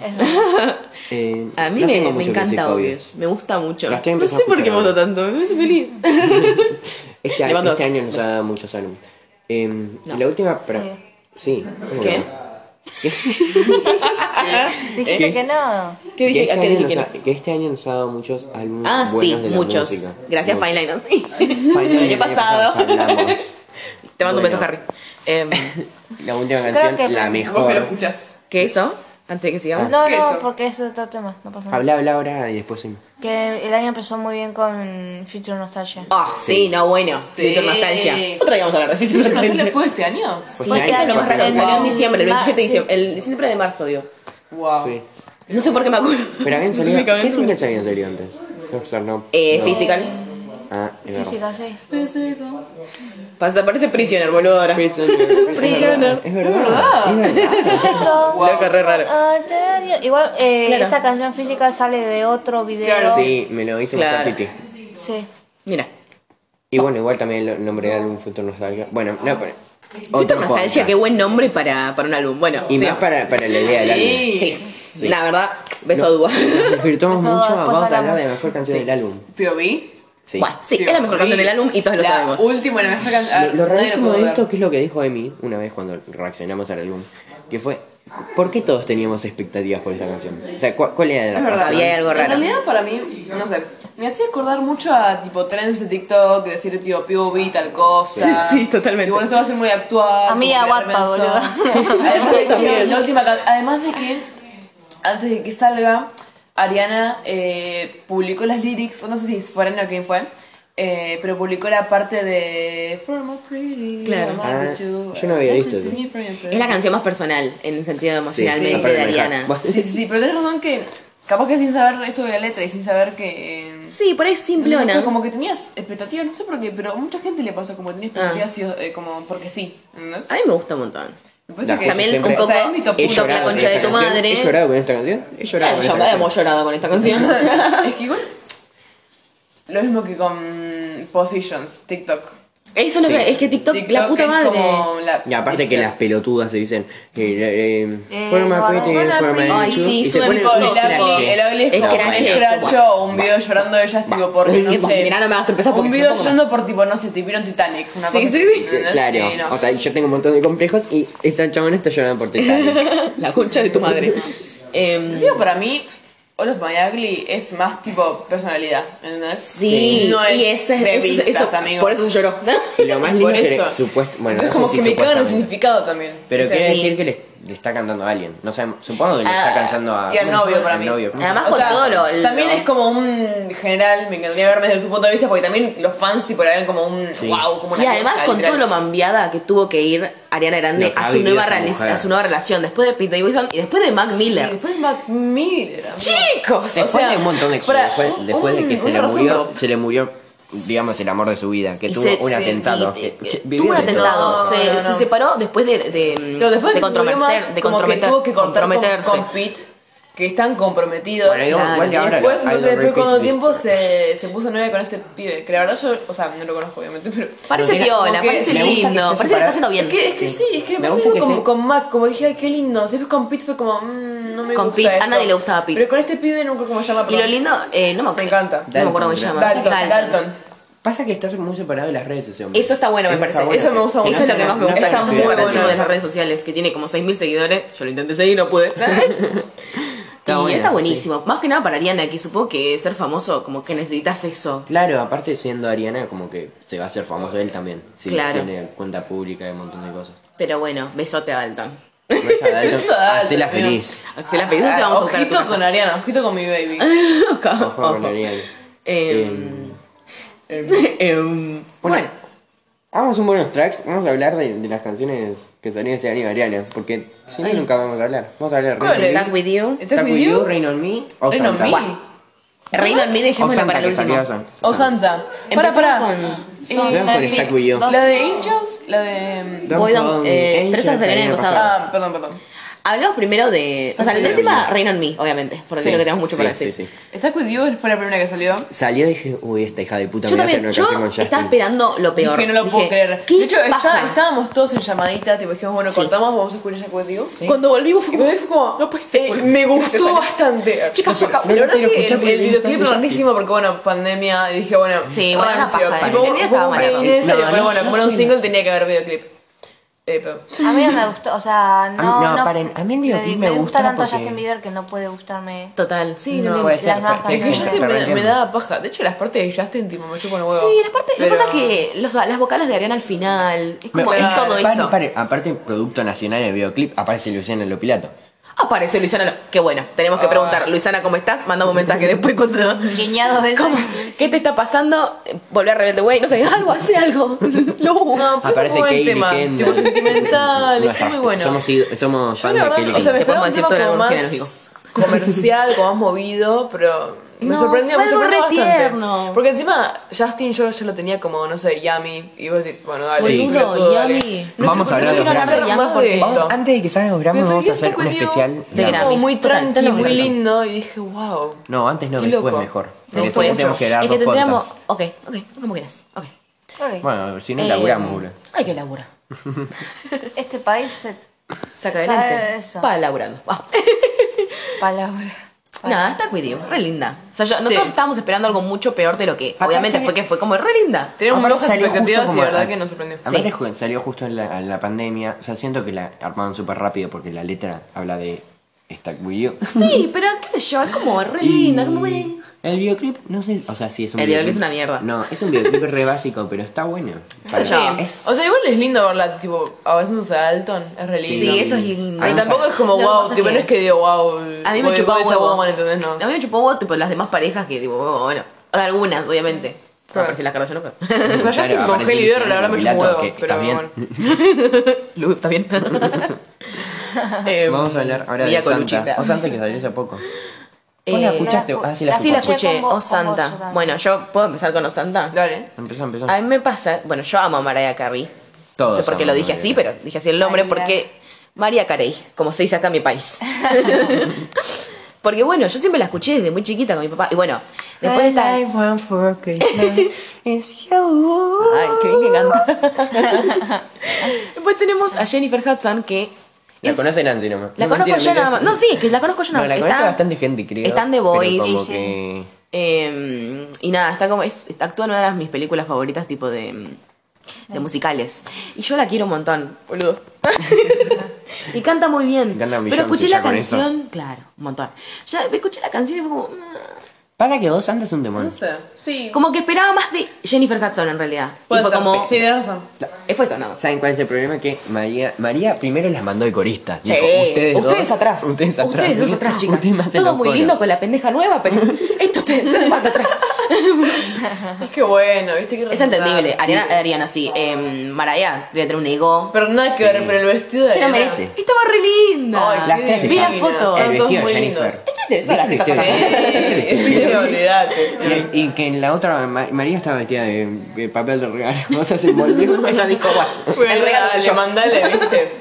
B: Eh,
A: A mí
B: no
A: me,
B: tengo
A: me
B: mucho que decir
A: encanta
B: de
A: Obvious, me gusta mucho.
B: La estoy
A: No sé
B: empezando a
A: por qué me gusta
B: escuchar.
A: tanto, me hace feliz.
B: Este,
A: Le
B: año-
A: mando
B: este
A: otro.
B: año nos ha dado muchos álbumes. Eh, y La última. Pero, sí. ¿cómo
A: ¿Qué?
B: que no?
D: Dijiste que no.
A: ¿Qué
B: Que
A: dije?
B: este,
A: ¿A qué
B: año
A: dije
B: nos
A: que no?
B: ha, que este año nos ha dado muchos álbumes
A: Ah, sí,
B: buenos de la
A: muchos.
B: música.
A: Gracias,
B: Muchos.
A: Fine Line Dance. Sí.
B: Fine
A: El
B: Line
A: año
B: Dance,
A: pasado.
B: hablamos.
A: Te mando un beso,
B: Bueno.
A: Harry. Em,
B: La última
D: Creo
B: canción, la
D: que-
C: Vos que lo
B: mejor.
C: escuchás.
A: ¿Qué hizo? Antes de que sigamos.
D: No,
C: ¿Qué
D: no,
C: eso?
D: porque es otro tema. No pasa nada.
B: Ah. Habla, habla ahora y después sí.
D: Que el año empezó muy bien con Future Nostalgia.
A: Ah, sí, no, bueno.
C: Sí.
A: Future Nostalgia. Otra vez vamos a hablar de Future
C: ¿Pero no se le
A: Nostalgia.
C: fue este año?
B: Pues
A: Sí,
D: Porque
A: eso es lo más
D: claro,
A: raro. Salió en
C: wow.
A: diciembre, el
D: Mar-
A: 27 de
D: sí.
A: diciembre. El diciembre de marzo, digo.
C: Wow.
B: Sí.
A: No sé por qué me acuerdo.
B: Pero habían salido.
A: Únicamente
B: ¿Qué
A: me-
B: singles habían salido antes? No, sir, no.
A: Eh,
B: No.
A: Physical.
B: Ah, es verdad.
D: Física, sí.
A: Pasa, parece Prisoner, boludo, ahora.
B: Prisoner. Es verdad. Es verdad.
D: Exacto.
A: Loco, re raro.
D: Ah, ya, ya. Igual, eh,
A: Claro.
D: esta canción física sale de otro video.
C: Claro,
B: Sí, me lo hizo mostrar
A: Claro.
B: Titi.
D: Sí.
A: Mira.
B: Y bueno, igual también el nombre del álbum Futuro Nostalgia. Bueno, no, pero.
A: Future
B: otro
A: Nostalgia,
B: podcast.
A: qué buen nombre para, para un álbum. Bueno,
B: Y
A: sí.
B: más para, para la idea del álbum.
A: Sí. La verdad, beso a Dúa.
B: Nos desvirtuamos
D: Eso
B: mucho.
D: después
B: Vamos a hablar
D: hablamos.
B: de la mejor canción del álbum.
C: ¿POV?
B: Sí.
A: Bueno, sí, es la mejor canción del álbum y todos lo
C: la
A: sabemos.
C: Última, la mejor
B: Lo,
C: canción.
B: lo
C: Ah, nadie
B: rarísimo
C: pudo
B: de
C: ver.
B: esto, que es lo que dijo Emi una vez cuando reaccionamos al álbum, que fue, ¿por qué todos teníamos expectativas por esta canción? O sea, ¿cuál, cuál era la
C: Es verdad,
B: razón?
A: había algo raro.
C: En realidad, para mí, no sé, me hacía acordar mucho a tipo trends de TikTok, de decir, tío, POV, tal cosa.
A: Sí, sí, totalmente.
C: Y bueno, esto va a ser muy actual.
D: A mí
C: como
D: a
C: que la
D: Wattpad,
C: remenzó.
D: boludo.
C: Además de, que
A: También.
C: la última can- además de que, antes de que salga, Ariana eh, publicó las lyrics, o no sé si fue Ariana o quién fue. eh, pero publicó la parte de From a Pretty
A: Claro.
C: I'm out with
B: Ah,
C: you.
B: yo no había
C: Don't
B: visto
C: you
B: eso.
C: see me from your
A: Es la canción más personal, en el sentido
B: Sí,
A: emocionalmente
B: aparte
A: de
B: me deja-
A: Ariana.
B: Bueno,
C: Sí, sí, sí, pero tenés razón que capaz que sin saber eso de la letra y sin saber que... eh,
A: Sí, por ahí es
C: no
A: simplona.
C: sé, como que tenías expectativas, no sé por qué, pero a mucha gente le pasó como que tenía
A: Ah.
C: expectativas sí, eh, como porque sí, ¿entendés?
A: A mí me gusta un montón.
C: Me parece
B: La
C: que-
A: También
B: siempre-
A: un poco
C: o sea, es mi top
A: he
C: uno,
A: llorado
C: la
A: con
C: concha
A: esta
C: de tu
A: canción,
B: ¿He
A: madre.
B: llorado con esta canción? He llorado
A: Eh,
B: con
A: ya
B: esta canción.
A: hemos llorado con esta canción.
C: es que igual... Lo mismo que con Positions, TikTok.
A: Eso es lo que. Es que TikTok, la puta
C: es
A: madre.
C: como la-
B: Y aparte
C: Este-
B: que las pelotudas se dicen eh, eh,
D: Eh,
B: forma
D: bueno,
B: Pretty,
D: forma
B: forma
D: Pretty.
B: de
A: Ay,
B: YouTube,
A: sí,
B: y se
A: suben
B: ponen
A: fotos,
B: un
C: Tipo, el obelisco,
B: crache.
C: el obelisco,
A: Es
C: el
A: crache.
C: cracho, un video llorando de ellas, tipo, porque no
A: Eh,
C: sé.
A: mirá, no me vas a empezar porque
C: Un video
A: tampoco me-
C: llorando por, tipo, no sé, te vieron Titanic. Una
A: Sí,
C: cosa
A: sí,
C: así,
A: sí.
C: ¿no?
B: Claro,
C: Sí, no.
B: o sea, yo tengo un montón de complejos y esta chabona está llorando por Titanic.
A: La concha de tu madre. Em,
C: Digo, para mí, Olos Maniagli es más, tipo, personalidad, ¿entendés?
A: sí,
C: No es
A: y ese
C: de
A: es. eso-
C: vistas,
A: eso-
C: amigo.
A: Por eso lloró.
B: Y lo más lindo
C: Por
B: es que
C: eso.
B: supuesto, bueno,
C: Entonces,
B: no sé
C: como
B: si
C: que me cagan el
B: supuestamente.
C: significado también.
B: Pero
C: ¿Viste?
B: quiere
A: Sí.
B: decir que le, le está cantando a alguien. No sabemos, supongo que le
A: Ah,
B: está cantando a.
C: Y al novio para
B: al
C: mí. Ah,
B: novio.
A: Además, con todo lo- lo-
C: También es como un general, me encantaría ver desde su punto de vista, porque también los fans tipo la ven como un
B: Sí.
C: wow, como una
A: Y además
C: cosa,
A: con todo
C: literal.
A: lo mambiada que tuvo que ir Ariana Grande
B: Lo que
A: a,
B: ha
A: su
B: vivido
A: nueva
B: esa
A: reali-
B: mujer.
A: a su nueva relación, después de Pete Davidson y después de Mac
C: Y
A: Miller.
C: después Mac Miller. amigo.
A: Chicos,
C: O
B: Después
C: sea,
B: de un montón de
C: para-
B: después, después de que
C: un-
B: se
C: un
B: le
C: razón,
B: murió,
C: pero-
B: se le murió, digamos, el amor de su vida, que
A: Y
B: tuvo
A: se-
B: un
A: se-
B: atentado.
A: y-
B: Que-
A: y-
B: que-
A: tuvo
B: vivió
A: un
B: de todo.
A: atentado.
C: No,
A: se,
C: no, no.
A: se separó después de, de, em,
C: Pero después
A: de
C: se murió
A: controverser,
C: Mac,
A: de
C: como que
A: comprometer,
C: tuvo que cortar con-
A: comprometerse.
C: Con, Pete, que están comprometidos.
B: Bueno, digo,
A: Claro.
B: igual de
C: Y
B: ahora.
C: después,
B: la- I
C: entonces,
B: don't
C: después
B: repeat
C: con el
B: this.
C: tiempo se, se puso novia con este pibe, que la verdad yo, o sea, no lo conozco obviamente, pero...
A: Parece
B: Pero
A: piola,
C: como que
A: parece
B: me gusta que
A: lindo,
B: esté
A: parece que le está haciendo
B: separado.
A: bien.
C: Es que, es que sí, es que
B: Me
C: me
B: gusta
C: pasó
B: que
C: con,
B: sí.
C: con Mac, como dije, ay, qué lindo. Después con Pete fue como, mmm, no me
A: Con
C: gusta
A: Pete, a
C: esto.
A: nadie le gustaba Pete.
C: Pero con este pibe nunca como se llama.
A: Y
C: perdón.
A: lo lindo, eh, no me acuerdo.
C: Me encanta.
A: No me acuerdo cómo se llama.
C: Dalton, Dalton.
B: Pasa que estás muy separado de las redes sociales.
A: Eso está bueno, me
B: Eso
A: parece.
B: está bueno.
C: Eso me gusta
B: Que no
C: mucho.
A: Eso es lo
B: se-
A: que más me
B: no
A: gusta.
B: se
C: está
A: que
B: nos
C: muy
A: encima
B: pierda.
C: bueno.
A: encima de las redes sociales, que tiene como 6.000 seguidores. Yo lo intenté seguir y no pude. y
B: bueno,
A: está buenísimo. Más que nada para Ariana, que supongo que ser famoso, como que necesitas eso.
B: Claro, aparte siendo Ariana, como que se va a hacer famoso él también. Sí,
A: Claro.
B: tiene cuenta pública y un montón de cosas.
A: Pero bueno, besote a Dalton.
B: Vaya, Dalton,
C: Beso a Dalton,
B: Hacela
C: amigo.
B: feliz.
A: Se la pedimos que vamos a buscar a tu
C: Ah, Ojito
A: casa.
C: con Ariana, ojito con mi baby.
B: Ojo
A: Ojo.
B: con Ariana.
A: Em,
B: Em,
A: em, bueno,
B: Vamos a un bonus tracks, vamos a hablar de, de las canciones que salieron este año de Ariana, porque si no nunca vamos a hablar. Vamos a hablar de Reino
C: ¿Cuáles?
A: Stuck With You.
C: ¿Estás with you?
B: Rain on Me o
C: Rain on
B: Santa.
C: me.
A: Reino en mí,
B: O
A: dejémosla
B: Santa
A: para el
B: que salió.
A: último.
B: Santa.
C: O Santa. Eh, Para,
A: Empezamos
C: para.
A: con-
D: Son
B: Vean con
D: Netflix,
B: Stack with You.
D: dos
C: La de
D: seasons.
C: Angels, la de.
B: Don't
A: Voy,
B: Call
A: don-
B: Me
A: eh,
B: Angel,
A: Trezas del año pasado.
C: Ah, perdón, perdón.
A: Hablamos primero de. O sea, el
B: Santa.
A: tema Reino en mí, obviamente, porque
B: Sí,
A: creo Ah, que tenemos mucho
B: sí,
A: para
B: sí,
A: decir.
B: sí.
C: Estás with you fue la primera que salió.
B: Salió y dije, uy, esta hija de puta
A: Yo
B: me va a hacer
A: también,
B: una
A: yo
B: canción con Justin.
A: estaba esperando lo peor.
C: Dije, no lo puedo
A: Dije,
C: creer.
A: ¿qué
C: De hecho, está-
A: paja?
C: estábamos todos en llamadita, tipo, dijimos, bueno,
A: Sí.
C: cortamos, vamos a escuchar Jack with you.
A: Cuando volvimos
C: Y
A: fue
C: me
A: como.
C: dije, como,
A: No puede ser.
C: eh, me gustó
A: Necesario.
C: bastante.
A: ¿Qué pasó acá?
C: La verdad
B: quiero
C: que
B: escuchar
C: el,
B: porque
C: el
B: me
C: videoclip
B: encanta
C: era rarísimo porque, bueno, pandemia, y dije, bueno,
A: Sí, bueno, era
C: rancio,
A: paja,
C: tipo,
A: pandemia
C: un-
A: estaba
C: un-
A: mal.
C: innecesario,
B: No,
C: pero
B: no,
C: bueno, como era un single tenía que haber videoclip. Eh, pero...
D: A mí no me gustó, o sea, no.
B: no, paren, a mí el
D: le-
B: videoclip me
D: me gusta
B: gusta
D: tanto
B: porque-
D: Justin Bieber que no puede gustarme.
A: Total, sí,
C: No.
A: no.
B: Puede
D: las
B: ser,
D: nuevas
B: pero-
C: Es
B: te-
C: que
D: canciones.
B: te-
C: Justin
B: te
C: me, me
B: entiendo.
C: daba paja. De hecho, las partes de Justin, tipo, me chupan huevo.
A: Sí, la parte,
C: Pero-
A: lo que pasa es que los, las vocales de Ariana al final, es como, es todo
C: Paren,
A: eso.
B: Pare, pare, aparte, producto nacional de videoclip, aparece Luciana Lopilato.
A: Aparece Luisana, Lo- qué bueno, tenemos que
C: Ah.
A: preguntar, Luisana, ¿cómo estás? Mandame un mensaje después cuando...
D: Guiñado a veces.
A: ¿Cómo? ¿Qué te está pasando? Eh, Volví a Rebelde Way, no sé, algo, hace algo. No.
C: No, pero es
B: Aparece
C: un buen
B: Kylie
C: tema.
B: Kendall.
C: Tipo, sentimental, está muy bueno.
B: Somos, id- somos
C: Yo
B: fans
C: la
B: de
C: verdad,
B: Kylie
C: o sea, me
A: Te
B: Kendall.
A: podemos
C: esperaba un
A: decir
C: tema
A: todo lo
C: como
A: que quieras,
C: más comercial, como más movido, pero me
D: No,
C: sorprendió, me
D: fue algo
C: sorprendió
D: re
C: bastante.
D: tierno.
C: Porque encima Justin yo ya lo tenía como, no sé, Yami, y vos decís, bueno, dale,
B: Sí.
A: Boludo,
C: pelotudo, dale.
A: Yami.
C: No
B: Vamos
C: quiero-
B: a hablar
C: no
B: de
C: quiero
B: Grammy.
C: hablar más
A: Porque
C: de
B: Vamos-
C: esto.
B: antes de que salgan los Grammys,
C: Me
B: vamos
C: sentí
B: a hacer
C: un
B: un
C: poco
B: especial
C: idiota.
A: Grammys.
C: Como
B: Grammys.
C: muy
A: Total,
C: tranqui,
A: tenemos
C: muy
A: razón.
C: lindo, y dije, wow.
B: No, antes no,
C: Qué
B: después
C: loco.
B: mejor.
A: No,
B: Después
C: pues,
A: fue eso.
B: tenemos que
A: es
B: dar
A: que
B: dos
A: tendríamos...
B: podcasts.
A: Ok, ok, como quieras. Ok.
D: Ok.
B: Bueno, si no,
A: Eh,
B: laburamos, boludo.
A: Hay que laburar.
D: Este país se.
A: Saca
D: Está
A: adelante.
D: eso.
A: Para laburando. Ah.
D: Palabra.
A: Nada, está with you, re linda. O sea, yo- nosotros
C: Sí.
A: estábamos esperando algo mucho peor de lo que obviamente fue que fue como re linda.
C: Tenemos
B: Aparte
C: bajas
B: salió justo
C: expectativas y
B: como
C: la verdad
B: al-
C: que nos sorprendió.
B: Aparte ju- salió justo en la, en la pandemia. O sea, siento que la armaron súper rápido porque la letra habla de Stack With You.
A: Sí, pero qué sé yo, es como re
B: Y
A: linda, como de-
B: el videoclip, no sé, o sea, sí es un
A: El videoclip es una mierda.
B: No, es un videoclip re básico, pero está bueno. Para-
A: Sí.
B: es-
C: O sea, igual es lindo verla, tipo, avanzándose a Dalton, es re
A: Sí,
C: lindo.
A: eso es lindo.
C: Pero
B: Ahí
C: tampoco es como
A: Lo que
C: wow,
A: pasa es
C: tipo,
A: que-
C: no es que digo wow.
A: A mí me
C: voy-
A: chupó
C: voy a esa
A: huevo.
C: woman, ¿entendés? No.
A: A mí me chupó huevo, tipo, las demás parejas que, tipo, huevo, bueno, o de algunas, obviamente.
C: Claro.
A: Aparece la Kardashian, no,
C: Me
B: Claro,
C: callaste con
B: aparece
C: Heli Berry,
B: Luciano
C: la verdad me chupó
B: Pilato,
C: huevo.
B: que está
C: Pero
B: bien.
C: bueno.
A: Lu, está bien. Eh,
B: Em, Vamos a hablar ahora
A: Mia
B: de Santa.
A: Colucci.
B: O Santa que salió hace poco.
A: Eh,
B: ¿Vos la escuchaste? Ah, sí la
A: Sí, la
B: escuchaste.
A: escuché,
D: Con vos-
A: Oh Santa.
D: con vos, Santa.
A: bueno, yo puedo empezar con Oh Santa.
C: Dale.
B: Empezó, empezó.
A: A mí me pasa, bueno, yo amo a Mariah Carey.
B: Todos
A: no sé por qué lo
B: amamos
A: dije
B: a Mariah
A: así, pero dije así el nombre
D: Mariah.
A: porque María Carey, como se dice acá en mi país. porque bueno, yo siempre la escuché desde muy chiquita con mi papá y bueno, después de esta
B: I want for Christmas
D: It's you.
A: Ay, qué bien que canta. Después tenemos a Jennifer Hudson, que.
B: La
A: es-
B: conoce Nancy nomás.
A: La
B: No,
A: conozco
B: mentira,
A: yo
B: mentira.
A: nada más. No, sí, es que la conozco yo
B: No,
A: nada
B: la
A: más.
B: conoce
A: Está-
B: bastante gente, creo.
A: Están The
B: pero
A: Boys.
B: como
A: Sí, sí.
B: que-
A: Eh, y nada, está como. Es, actúa en una de las mis películas favoritas, tipo de. mm, de musicales. Y yo la quiero un montón, boludo. y canta muy bien.
B: Gana un millón,
A: Pero escuché
B: sí, ya
A: la
B: con eso.
A: canción. Claro, un montón. Ya escuché la canción y fue como. "Ah".
B: Para que vos andas un demonio.
C: No sé. Sí.
A: Como que esperaba más de Jennifer Hudson en realidad. Y
C: Puede
A: fue
C: ser.
A: como.
C: Sí, tienes razón.
A: eh, fue eso, nada más.
B: ¿Saben cuál es el problema? Que María, María primero las mandó de corista.
A: Sí.
B: Dijo, ustedes, dos-
A: atrás.
B: Ustedes atrás.
A: dos atrás, chicas.
B: Ustedes más en
A: Todo
B: los
A: muy
B: coros.
A: lindo con la pendeja nueva, pero esto ustedes ustedes más atrás.
C: Es que bueno, viste que
A: es entendible.
B: eh,
A: Ariana, Ariana sí. Eh, Mariah debe tener un ego.
C: Pero nada que ver, pero el vestido de
A: Se lo
C: Ariana-
A: merece. Estaba re linda.
C: Ay,
B: Las
C: qué
B: clásicas.
A: Vi
C: divina.
A: las fotos.
B: El
C: Son
B: vestido de
C: muy
B: Jennifer.
C: lindos.
A: Este es- para,
B: ¿Viste
A: estás
B: el
A: acá.
B: vestido de Jennifer?
C: Sí, sí, olvidate.
B: Y, y que en la otra, Ma- María estaba vestida de, de papel de regalo. O sea, se envolvió.
A: Ella dijo, bueno, el regalo soy
C: Dale,
A: yo.
C: mandale, viste.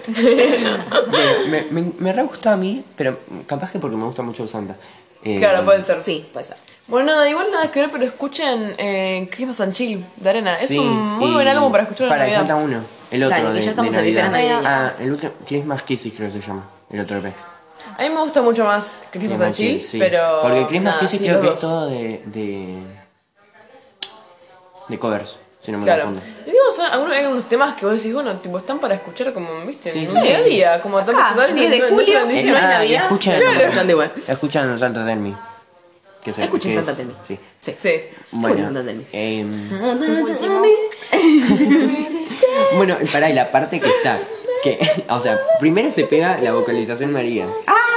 B: Bueno, me, me, me re gustó a mí, pero capaz que porque me gusta mucho Santa. Eh,
C: Claro, pues, puede ser.
A: Sí, puede ser.
C: Bueno, nada, igual nada que ver, pero escuchen eh, Christmas and Chill de Arena. Es
B: sí,
C: un muy
B: y-
C: buen álbum para escuchar en
B: Para,
C: Navidad.
B: falta uno. El otro.
A: Dale, y
B: de,
A: ya estamos
B: de
A: en vísperas
B: Navidad.
A: navideñas.
B: Ah, el último. Que es más Kisses, creo que se llama. El otro EP.
C: A mí me gusta mucho más que Christmas and Chill,
B: sí.
C: pero.
B: Porque Christmas
C: nada,
B: Kisses
C: sí,
B: creo
C: los
B: que es
C: dos.
B: todo de. de. de covers, si no me
C: Claro.
B: confundo.
C: Y digo, son algunos, hay algunos temas que vos decís, bueno, tipo, están para escuchar como, viste,
B: Sí,
C: en
B: sí,
C: el día a
B: sí.
C: día, como tanto
A: Acá,
C: total,
A: 10 de julio,
C: no,
A: en una-
C: no,
A: Ah, Navidad?
B: Escuchan,
A: Claro. Escuchan de igual.
B: escuchan Santa Tell Me. Que se-
A: Escuchen
B: que es-
A: Santa Tell Me.
B: Sí.
A: Sí.
C: Sí.
A: Escuchen
B: Bueno,
A: Santa Tell Me.
B: em,
A: Último.
B: bueno, pará, y la parte que está. Que, o sea, primero se pega la vocalización María.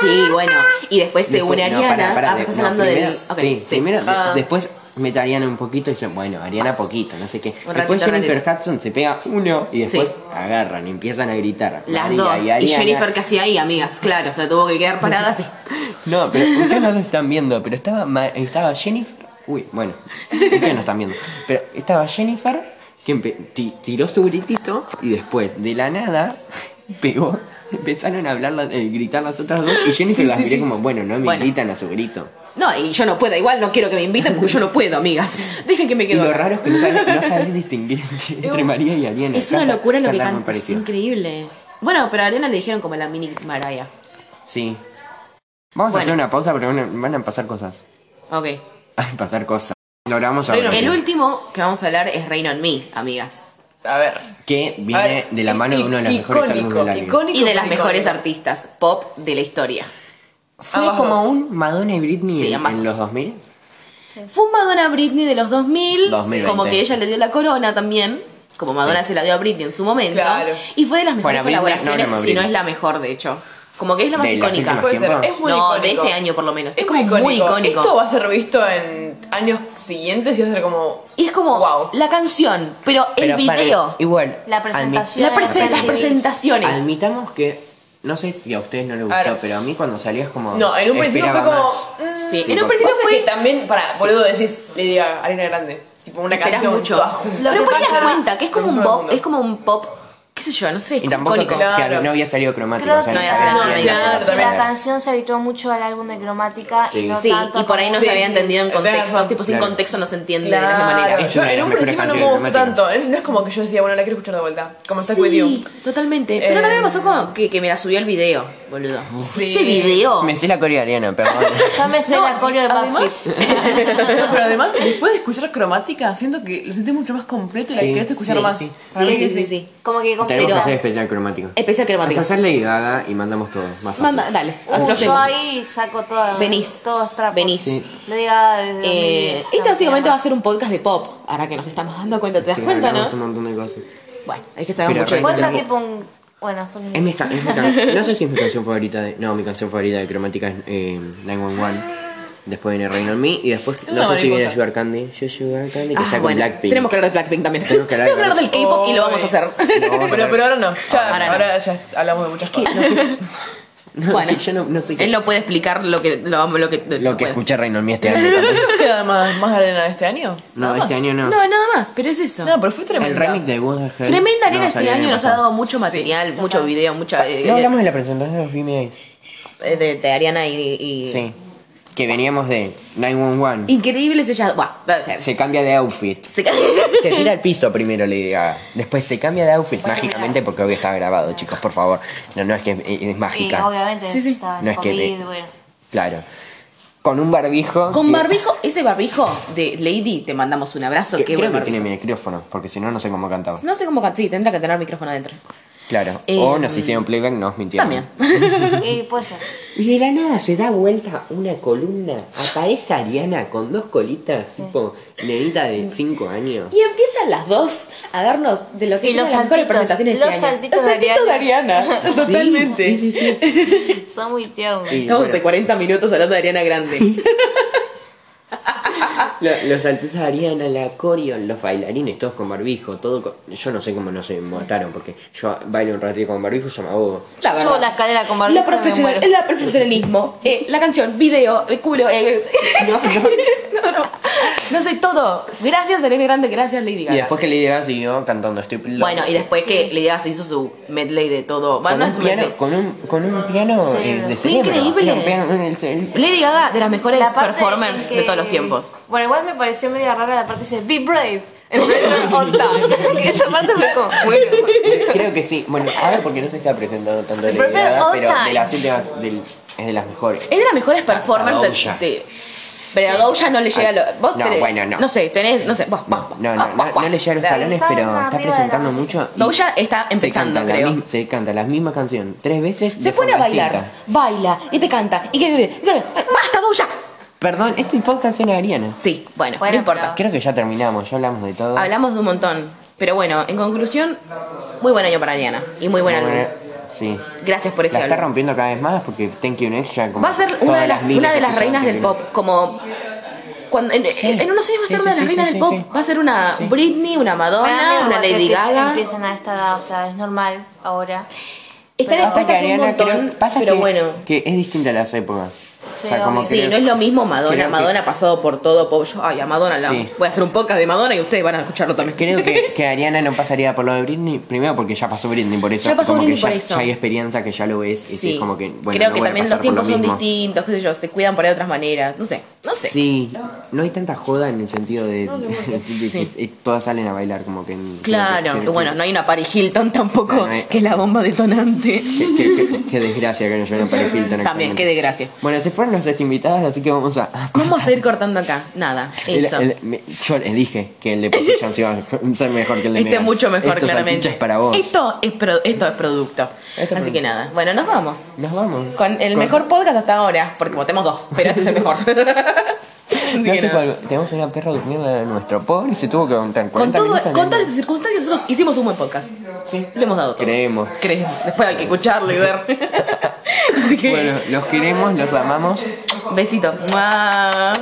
A: Sí, bueno. Y después se une
B: Después- no,
A: Ariana.
B: pará, pará,
A: Ah,
B: de-
A: estás
B: no,
A: hablando
B: primero-
A: del. Ok,
B: sí, primero, de-
C: Ah.
B: después mete a Ariana un poquito y yo, bueno, Ariana poquito, no sé qué.
A: ratito,
B: después
A: un
B: Jennifer Hudson se pega uno y después
A: Sí.
B: agarran y empiezan a gritar.
A: Las
B: María
A: dos.
B: Y,
A: Y
B: Ariana.
A: Jennifer casi ahí, amigas, claro. O sea, tuvo que quedar parada así.
B: No, pero ustedes no lo están viendo, pero estaba, Ma- estaba Jennifer. Uy, bueno, ustedes no están viendo. Pero estaba Jennifer que empe- ti- tiró su gritito y después, de la nada, pegó. Empezaron a hablar, las- eh, gritar las otras dos y Jennifer las miré como, bueno, no me
A: Bueno.
B: gritan a su grito.
A: No, y yo no puedo. Igual no quiero que me inviten porque yo no puedo, amigas. Dejen que me
B: Y
A: quedo.
B: lo
A: acá.
B: raro es que no sabes, no sabes distinguir entre, entre María y Ariana.
A: Es una locura lo que
B: Cantan muy
A: canta. Es
B: parecido.
A: increíble. Bueno, pero a Ariana le dijeron como la mini Mariah.
B: Sí. Vamos
A: Bueno.
B: a hacer una pausa porque van a, van a pasar cosas.
A: Ok.
B: Van a pasar cosas. Lo grabamos ahora.
A: El último que vamos a hablar es Rain on Me, amigas.
C: A ver.
B: Que
C: a
B: viene
C: ver,
B: de la
C: i-
B: mano de uno de los
C: i-
B: mejores
C: icónico,
B: álbumes del año.
C: icónico,
A: Y de las
C: icónico.
A: mejores artistas pop de la historia.
B: Fue
C: Ambas
B: como
C: dos.
B: un Madonna y Britney
A: Sí,
B: en-
A: ambas
B: en,
A: dos.
B: los 2000.
A: Fue Madonna Britney de los 2000,
B: 2020.
A: como que ella le dio la corona también, como Madonna se la dio a Britney en su momento,
C: Claro.
A: y fue de las mejores
B: Bueno, Britney,
A: colaboraciones,
B: no, no, no,
A: si no
B: Britney.
A: es la mejor de hecho, como que es la más
B: De las
A: icónica.
B: últimas
C: Puede ser,
B: tiempo.
C: es muy
A: no,
C: icónico.
A: de este año por lo menos, es,
C: Es
A: como
C: muy icónico.
A: muy icónico.
C: Esto va a ser visto en años siguientes y va a ser como.
A: Y es como
C: Wow.
A: la canción, pero el
B: Pero para-
A: video,
B: igual.
D: La
B: admi-
D: presentación.
A: la presen- las
D: Sí.
A: presentaciones.
B: Admitamos que. No sé si a ustedes no les gustó,
C: Ahora.
B: pero a mí cuando salió es como.
C: No, en un principio fue
B: esperaba
C: como.
B: más.
C: mm,
A: Sí, en
B: Tipo,
A: un principio
C: Pasa
A: fue
C: que también, para, boludo, decís Lady Gaga, Arena Grande. Tipo una
A: esperas
C: canción
A: mucho.
C: toda junta.
A: Pero
D: Lo que
A: después te das
D: pasa-
A: cuenta que es como un
C: Todo el
A: pop,
C: mundo.
A: es como un pop, qué sé yo, no sé, es
B: Y tampoco
A: icónico.
B: que- que
C: Claro.
B: no había salido cromático.
D: Creo
B: o sea,
D: que
A: No,
B: no
A: ya
B: sabía
A: no,
B: que
A: no,
B: era
A: claro,
B: cromática.
D: la canción se habituó mucho al álbum de cromática
B: Sí.
D: y no
A: Sí,
D: tanto
A: y por ahí no
D: como-
A: se había entendido en
C: tenés
A: contexto,
C: razón.
A: tipo sin
B: Claro.
A: contexto no se entiende de la misma manera.
C: Claro,
B: Es
C: yo
B: una Eh, de
C: en
B: las
C: un
B: mejores
C: principio no me
B: canciones
C: gustó
B: dramáticas.
C: tanto.
A: Eh,
C: Es- No es como que yo decía, bueno, la quiero escuchar de vuelta. Como está
A: Sí,
C: With You.
A: totalmente. Pero
C: Eh,
A: también me pasó con que, que me la subió el video, boludo.
C: Sí.
A: Ese video.
B: Me sé la coreana, perdón.
D: Yo me sé la coreo de
C: Además,
D: BuzzFeed.
C: no, pero además, después de escuchar cromática, siento que lo sentí mucho más completo y la
B: Sí,
C: querés escuchar
B: sí,
C: más.
B: sí.
C: Para mí
A: Sí, sí, sí, sí.
D: Como que como
B: Tenemos que
A: Pero-
B: hacer especial cromático.
A: Especial
B: Hay que
A: cromático.
B: hacer Lady Gaga y mandamos todo. Más fácil.
A: Manda, dale.
D: Uh,
A: lo
D: yo
A: hacemos.
D: ahí saco todo,
A: Venís.
D: todos trapos.
A: Venís.
B: Sí.
D: Lo diga
A: Eh,
D: desde 2010,
A: este
D: no,
A: básicamente
D: no.
A: va a ser un podcast de pop. Ahora que nos estamos dando cuenta, ¿te das
B: Sí,
A: cuenta,
B: hablamos
A: no?
B: un montón de cosas.
A: Bueno, es que sabemos
B: Pero
A: mucho. de
B: re-
D: Puede ser
B: Bueno,
D: tipo un... Bueno, después-
B: Es mi, ca- es mi ca- no sé si es mi canción favorita de, No, mi canción favorita de cromática es eh, 911 Después viene Rain on Me Y después, no
C: Una
B: sé si viene
C: mariposa.
B: Sugar Candy Yo Sugar Candy que
A: Ah,
B: está con
A: bueno,
B: Blackpink
A: Tenemos que hablar de Blackpink también.
B: Tenemos que hablar
A: Tenemos
B: de
A: del K-pop y lo vamos a hacer.
B: Lo vamos a Ah,
C: Pero,
B: hablar.
C: pero ahora no. Ya,
A: Ahora
C: ahora,
A: no.
C: ya hablamos de muchas cosas.
B: No,
A: bueno.
B: que yo no, no sé qué-
A: Él no puede explicar lo que lo, lo que
B: Lo que
A: puede.
B: escuché Rain on Me este año también.
C: ¿Qué nos queda más, más arena de este año?
B: No, este año no,
A: No, nada más, pero es eso.
C: No, pero fue
B: El
C: tremendo.
B: remix de Woodhead
A: Tremenda arena este año nos ha dado mucho
C: Sí,
A: material, mucho video, mucha eh,
B: No hablamos de la presentación de los VMAs
A: eh, de, de Ariana y, y-
B: Sí que veníamos de 911.
A: Increíble sellado. Buah,
B: Se cambia de outfit.
A: Se cae.
B: Se tira al piso primero Lady Gaga. Después se cambia de outfit mágicamente porque hoy está grabado, chicos, por favor. No, no es que es, es
D: Y
B: mágica.
D: obviamente
A: Sí, sí.
D: estaba en
B: No es que
D: COVID,
B: le-
D: bueno.
B: Claro. Con un barbijo.
A: Con
B: que-
A: barbijo, ese barbijo de Lady, te mandamos un abrazo.
B: que-
A: qué
B: creo
A: buen
B: que
A: barbijo.
B: tiene micrófono, porque si no, no sé cómo cantaba.
A: No sé cómo can- Sí, tendrá que tener micrófono adentro.
B: Claro. o
A: Eh,
B: nos hicieron playback, nos mintieron.
A: También.
D: Y puede ser.
B: Y de la nada se da vuelta una columna. Aparece Ariana con dos colitas, tipo nenita de 5 años.
A: Y empiezan las dos a darnos de lo que
D: Y
A: son
D: los
A: las mejores
D: saltitos,
A: presentaciones de
D: los
A: este año.
D: saltitos
A: Los
D: de
A: saltitos de Ariana. Totalmente.
B: Sí, sí, sí.
D: Son muy tiernos.
B: Y
A: Estamos
B: bueno,
A: de 40 minutos hablando de Ariana Grande.
B: lo- los saltos a Ariana, la coreo, los bailarines, todos con barbijo, todo con- Yo no sé cómo no se mataron, porque yo bailo un ratito con barbijo, yo me ahogo.
A: La
D: Subo
A: verdad.
D: la escalera con barbijo
A: La profesional-
D: y me muero.
A: el profesionalismo. eh, la canción, video, eh, culo. eh, no, no. no, no. sé todo. Gracias, Ariana Grande. Gracias, Lady Gaga.
B: Y después que Lady Gaga siguió cantando Stupid Love.
A: bueno, y después que Lady Gaga se hizo su medley de todo.
B: con,
A: Bueno, no es
B: un
A: un
B: piano,
A: medley.
B: con, un, con un piano eh, de
D: Cerebro.
B: cerebro.
A: Increíble.
B: Era un piano en el cerebro.
A: Lady Gaga, de las mejores
D: La parte
A: performers
D: en que-
A: de todos los tiempos.
D: Bueno, igual me pareció media rara la parte dice Be brave. En vez de on time. Que Esa parte fue como, bueno,
B: Creo que sí. Bueno, ahora porque no se está presentando tanto
D: El
B: Lady
D: primer
B: Gaga,
D: all
B: pero
D: time.
B: de las últimas del- es de las mejores.
A: Es de las mejores performers
B: A
A: de-
B: Doja.
A: de. Pero a Doja no le llega
B: Ay,
A: lo. Vos
B: no,
A: tenés-
B: bueno, no.
A: No sé, tenés. No sé. vos, vos, vos,
B: No, no,
A: vos,
B: no,
A: vos,
B: no le llegan los
A: vos.
B: talones,
D: está
B: pero
D: arriba
B: está
D: de la
B: presentando
D: base.
B: mucho. y
A: Doja está
B: se
A: empezando,
B: canta la
A: creo.
B: mis- se canta la misma canción tres veces.
A: Se
B: de
A: pone a
B: forma
A: bailar,
B: distinta.
A: baila y te canta. Y que. y- ay, ¡Basta, Doja!
B: Perdón, este podcast era Ariana.
A: Sí, bueno,
D: Bueno,
A: no importa.
B: Creo que ya terminamos, ya hablamos de todo.
A: Hablamos de un montón. Pero bueno, en conclusión, muy buen año para Ariana. Y muy buen
B: Bueno,
A: álbum.
B: Sí.
A: Gracias por ese
B: La está
A: álbum.
B: rompiendo cada vez más porque Thank You Next ya como
A: Va a ser una
B: todas
A: de las,
B: miles
A: una de las
B: escuchadas
A: reinas
B: que
A: del
B: tiene.
A: pop, como cuando en,
B: Sí.
A: en unos años va a ser
B: Sí,
A: una de
B: sí,
A: las
B: sí,
A: reinas
B: sí,
A: del pop.
B: sí. Ah,
A: Va a ser una
B: Sí.
A: Britney, una
D: Me da
A: Madonna,
D: miedo
A: una
D: que
A: Lady
D: empiecen-
A: Gaga.
D: Empiecen a esta edad, o sea, es normal ahora.
A: Está en
D: Pero-
A: el
B: Pasa
A: pop
B: que
A: hace un
B: Ariana creo-
A: montón,
B: pasa
A: pero
B: que,
A: bueno.
B: que es distinta a las épocas.
D: Sí,
B: o sea, como
D: obvio.
A: Sí,
B: creo-
A: no es lo mismo
B: creo
A: Madonna.
B: que-
A: Madonna ha pasado por todo pop. Yo, ay, a Madonna la
B: Sí.
A: voy a hacer un podcast de Madonna y ustedes van a escucharlo también.
B: Creo que, que Ariana no pasaría por lo de Britney, primero porque ya pasó Britney por eso.
A: Ya pasó
B: como que
A: Britney por
B: ya,
A: eso.
B: ya hay experiencia que ya lo ves. Y
A: Sí,
B: es como que, bueno,
A: creo
B: no
A: que
B: voy a
A: también
B: pasar
A: los
B: por lo
A: tiempos son
B: mismo.
A: distintos, qué sé yo, se cuidan por ahí de otras maneras. No sé, no sé.
B: Sí, no hay tanta joda en el sentido de, de que
A: Sí.
B: eh, todas salen a bailar como que... en-
A: Claro,
B: que-
A: y
B: que-
A: bueno, no hay una Paris Hilton tampoco,
B: No, no hay-
A: que es la bomba detonante.
B: que- que- que- Qué desgracia que no llevan para Hilton.
A: También,
B: actualmente.
A: qué desgracia.
B: este Bueno, se fueron nuestras invitadas, así que vamos a...
A: Vamos a ir cortando acá. Nada,
B: El-
A: eso.
B: el- me- yo les dije que el de Position se iba a ser mejor que el de
A: este es
B: Megan.
A: mucho mejor,
B: Esto,
A: claramente.
B: salchicha, es para vos.
A: Esto es, pro- esto es producto.
B: Esto es
A: Así que nada. Bueno, nos vamos.
B: Nos vamos.
A: Con el mejor podcast hasta ahora, porque votemos dos, pero este es el mejor. Así
B: No
A: que
B: sé
A: nada.
B: cuál- tenemos una perra durmiendo en nuestro pobre y se tuvo que aguantar
A: Con,
B: 40
A: todo,
B: minutos
A: con todas
B: hablando.
A: estas circunstancias, nosotros hicimos un buen podcast.
B: Sí.
A: Lo hemos dado todo.
B: Creemos.
A: Creemos. Después hay que escucharlo y ver. Así que,
B: Bueno, los queremos, los amamos.
A: besito. ¡Mua!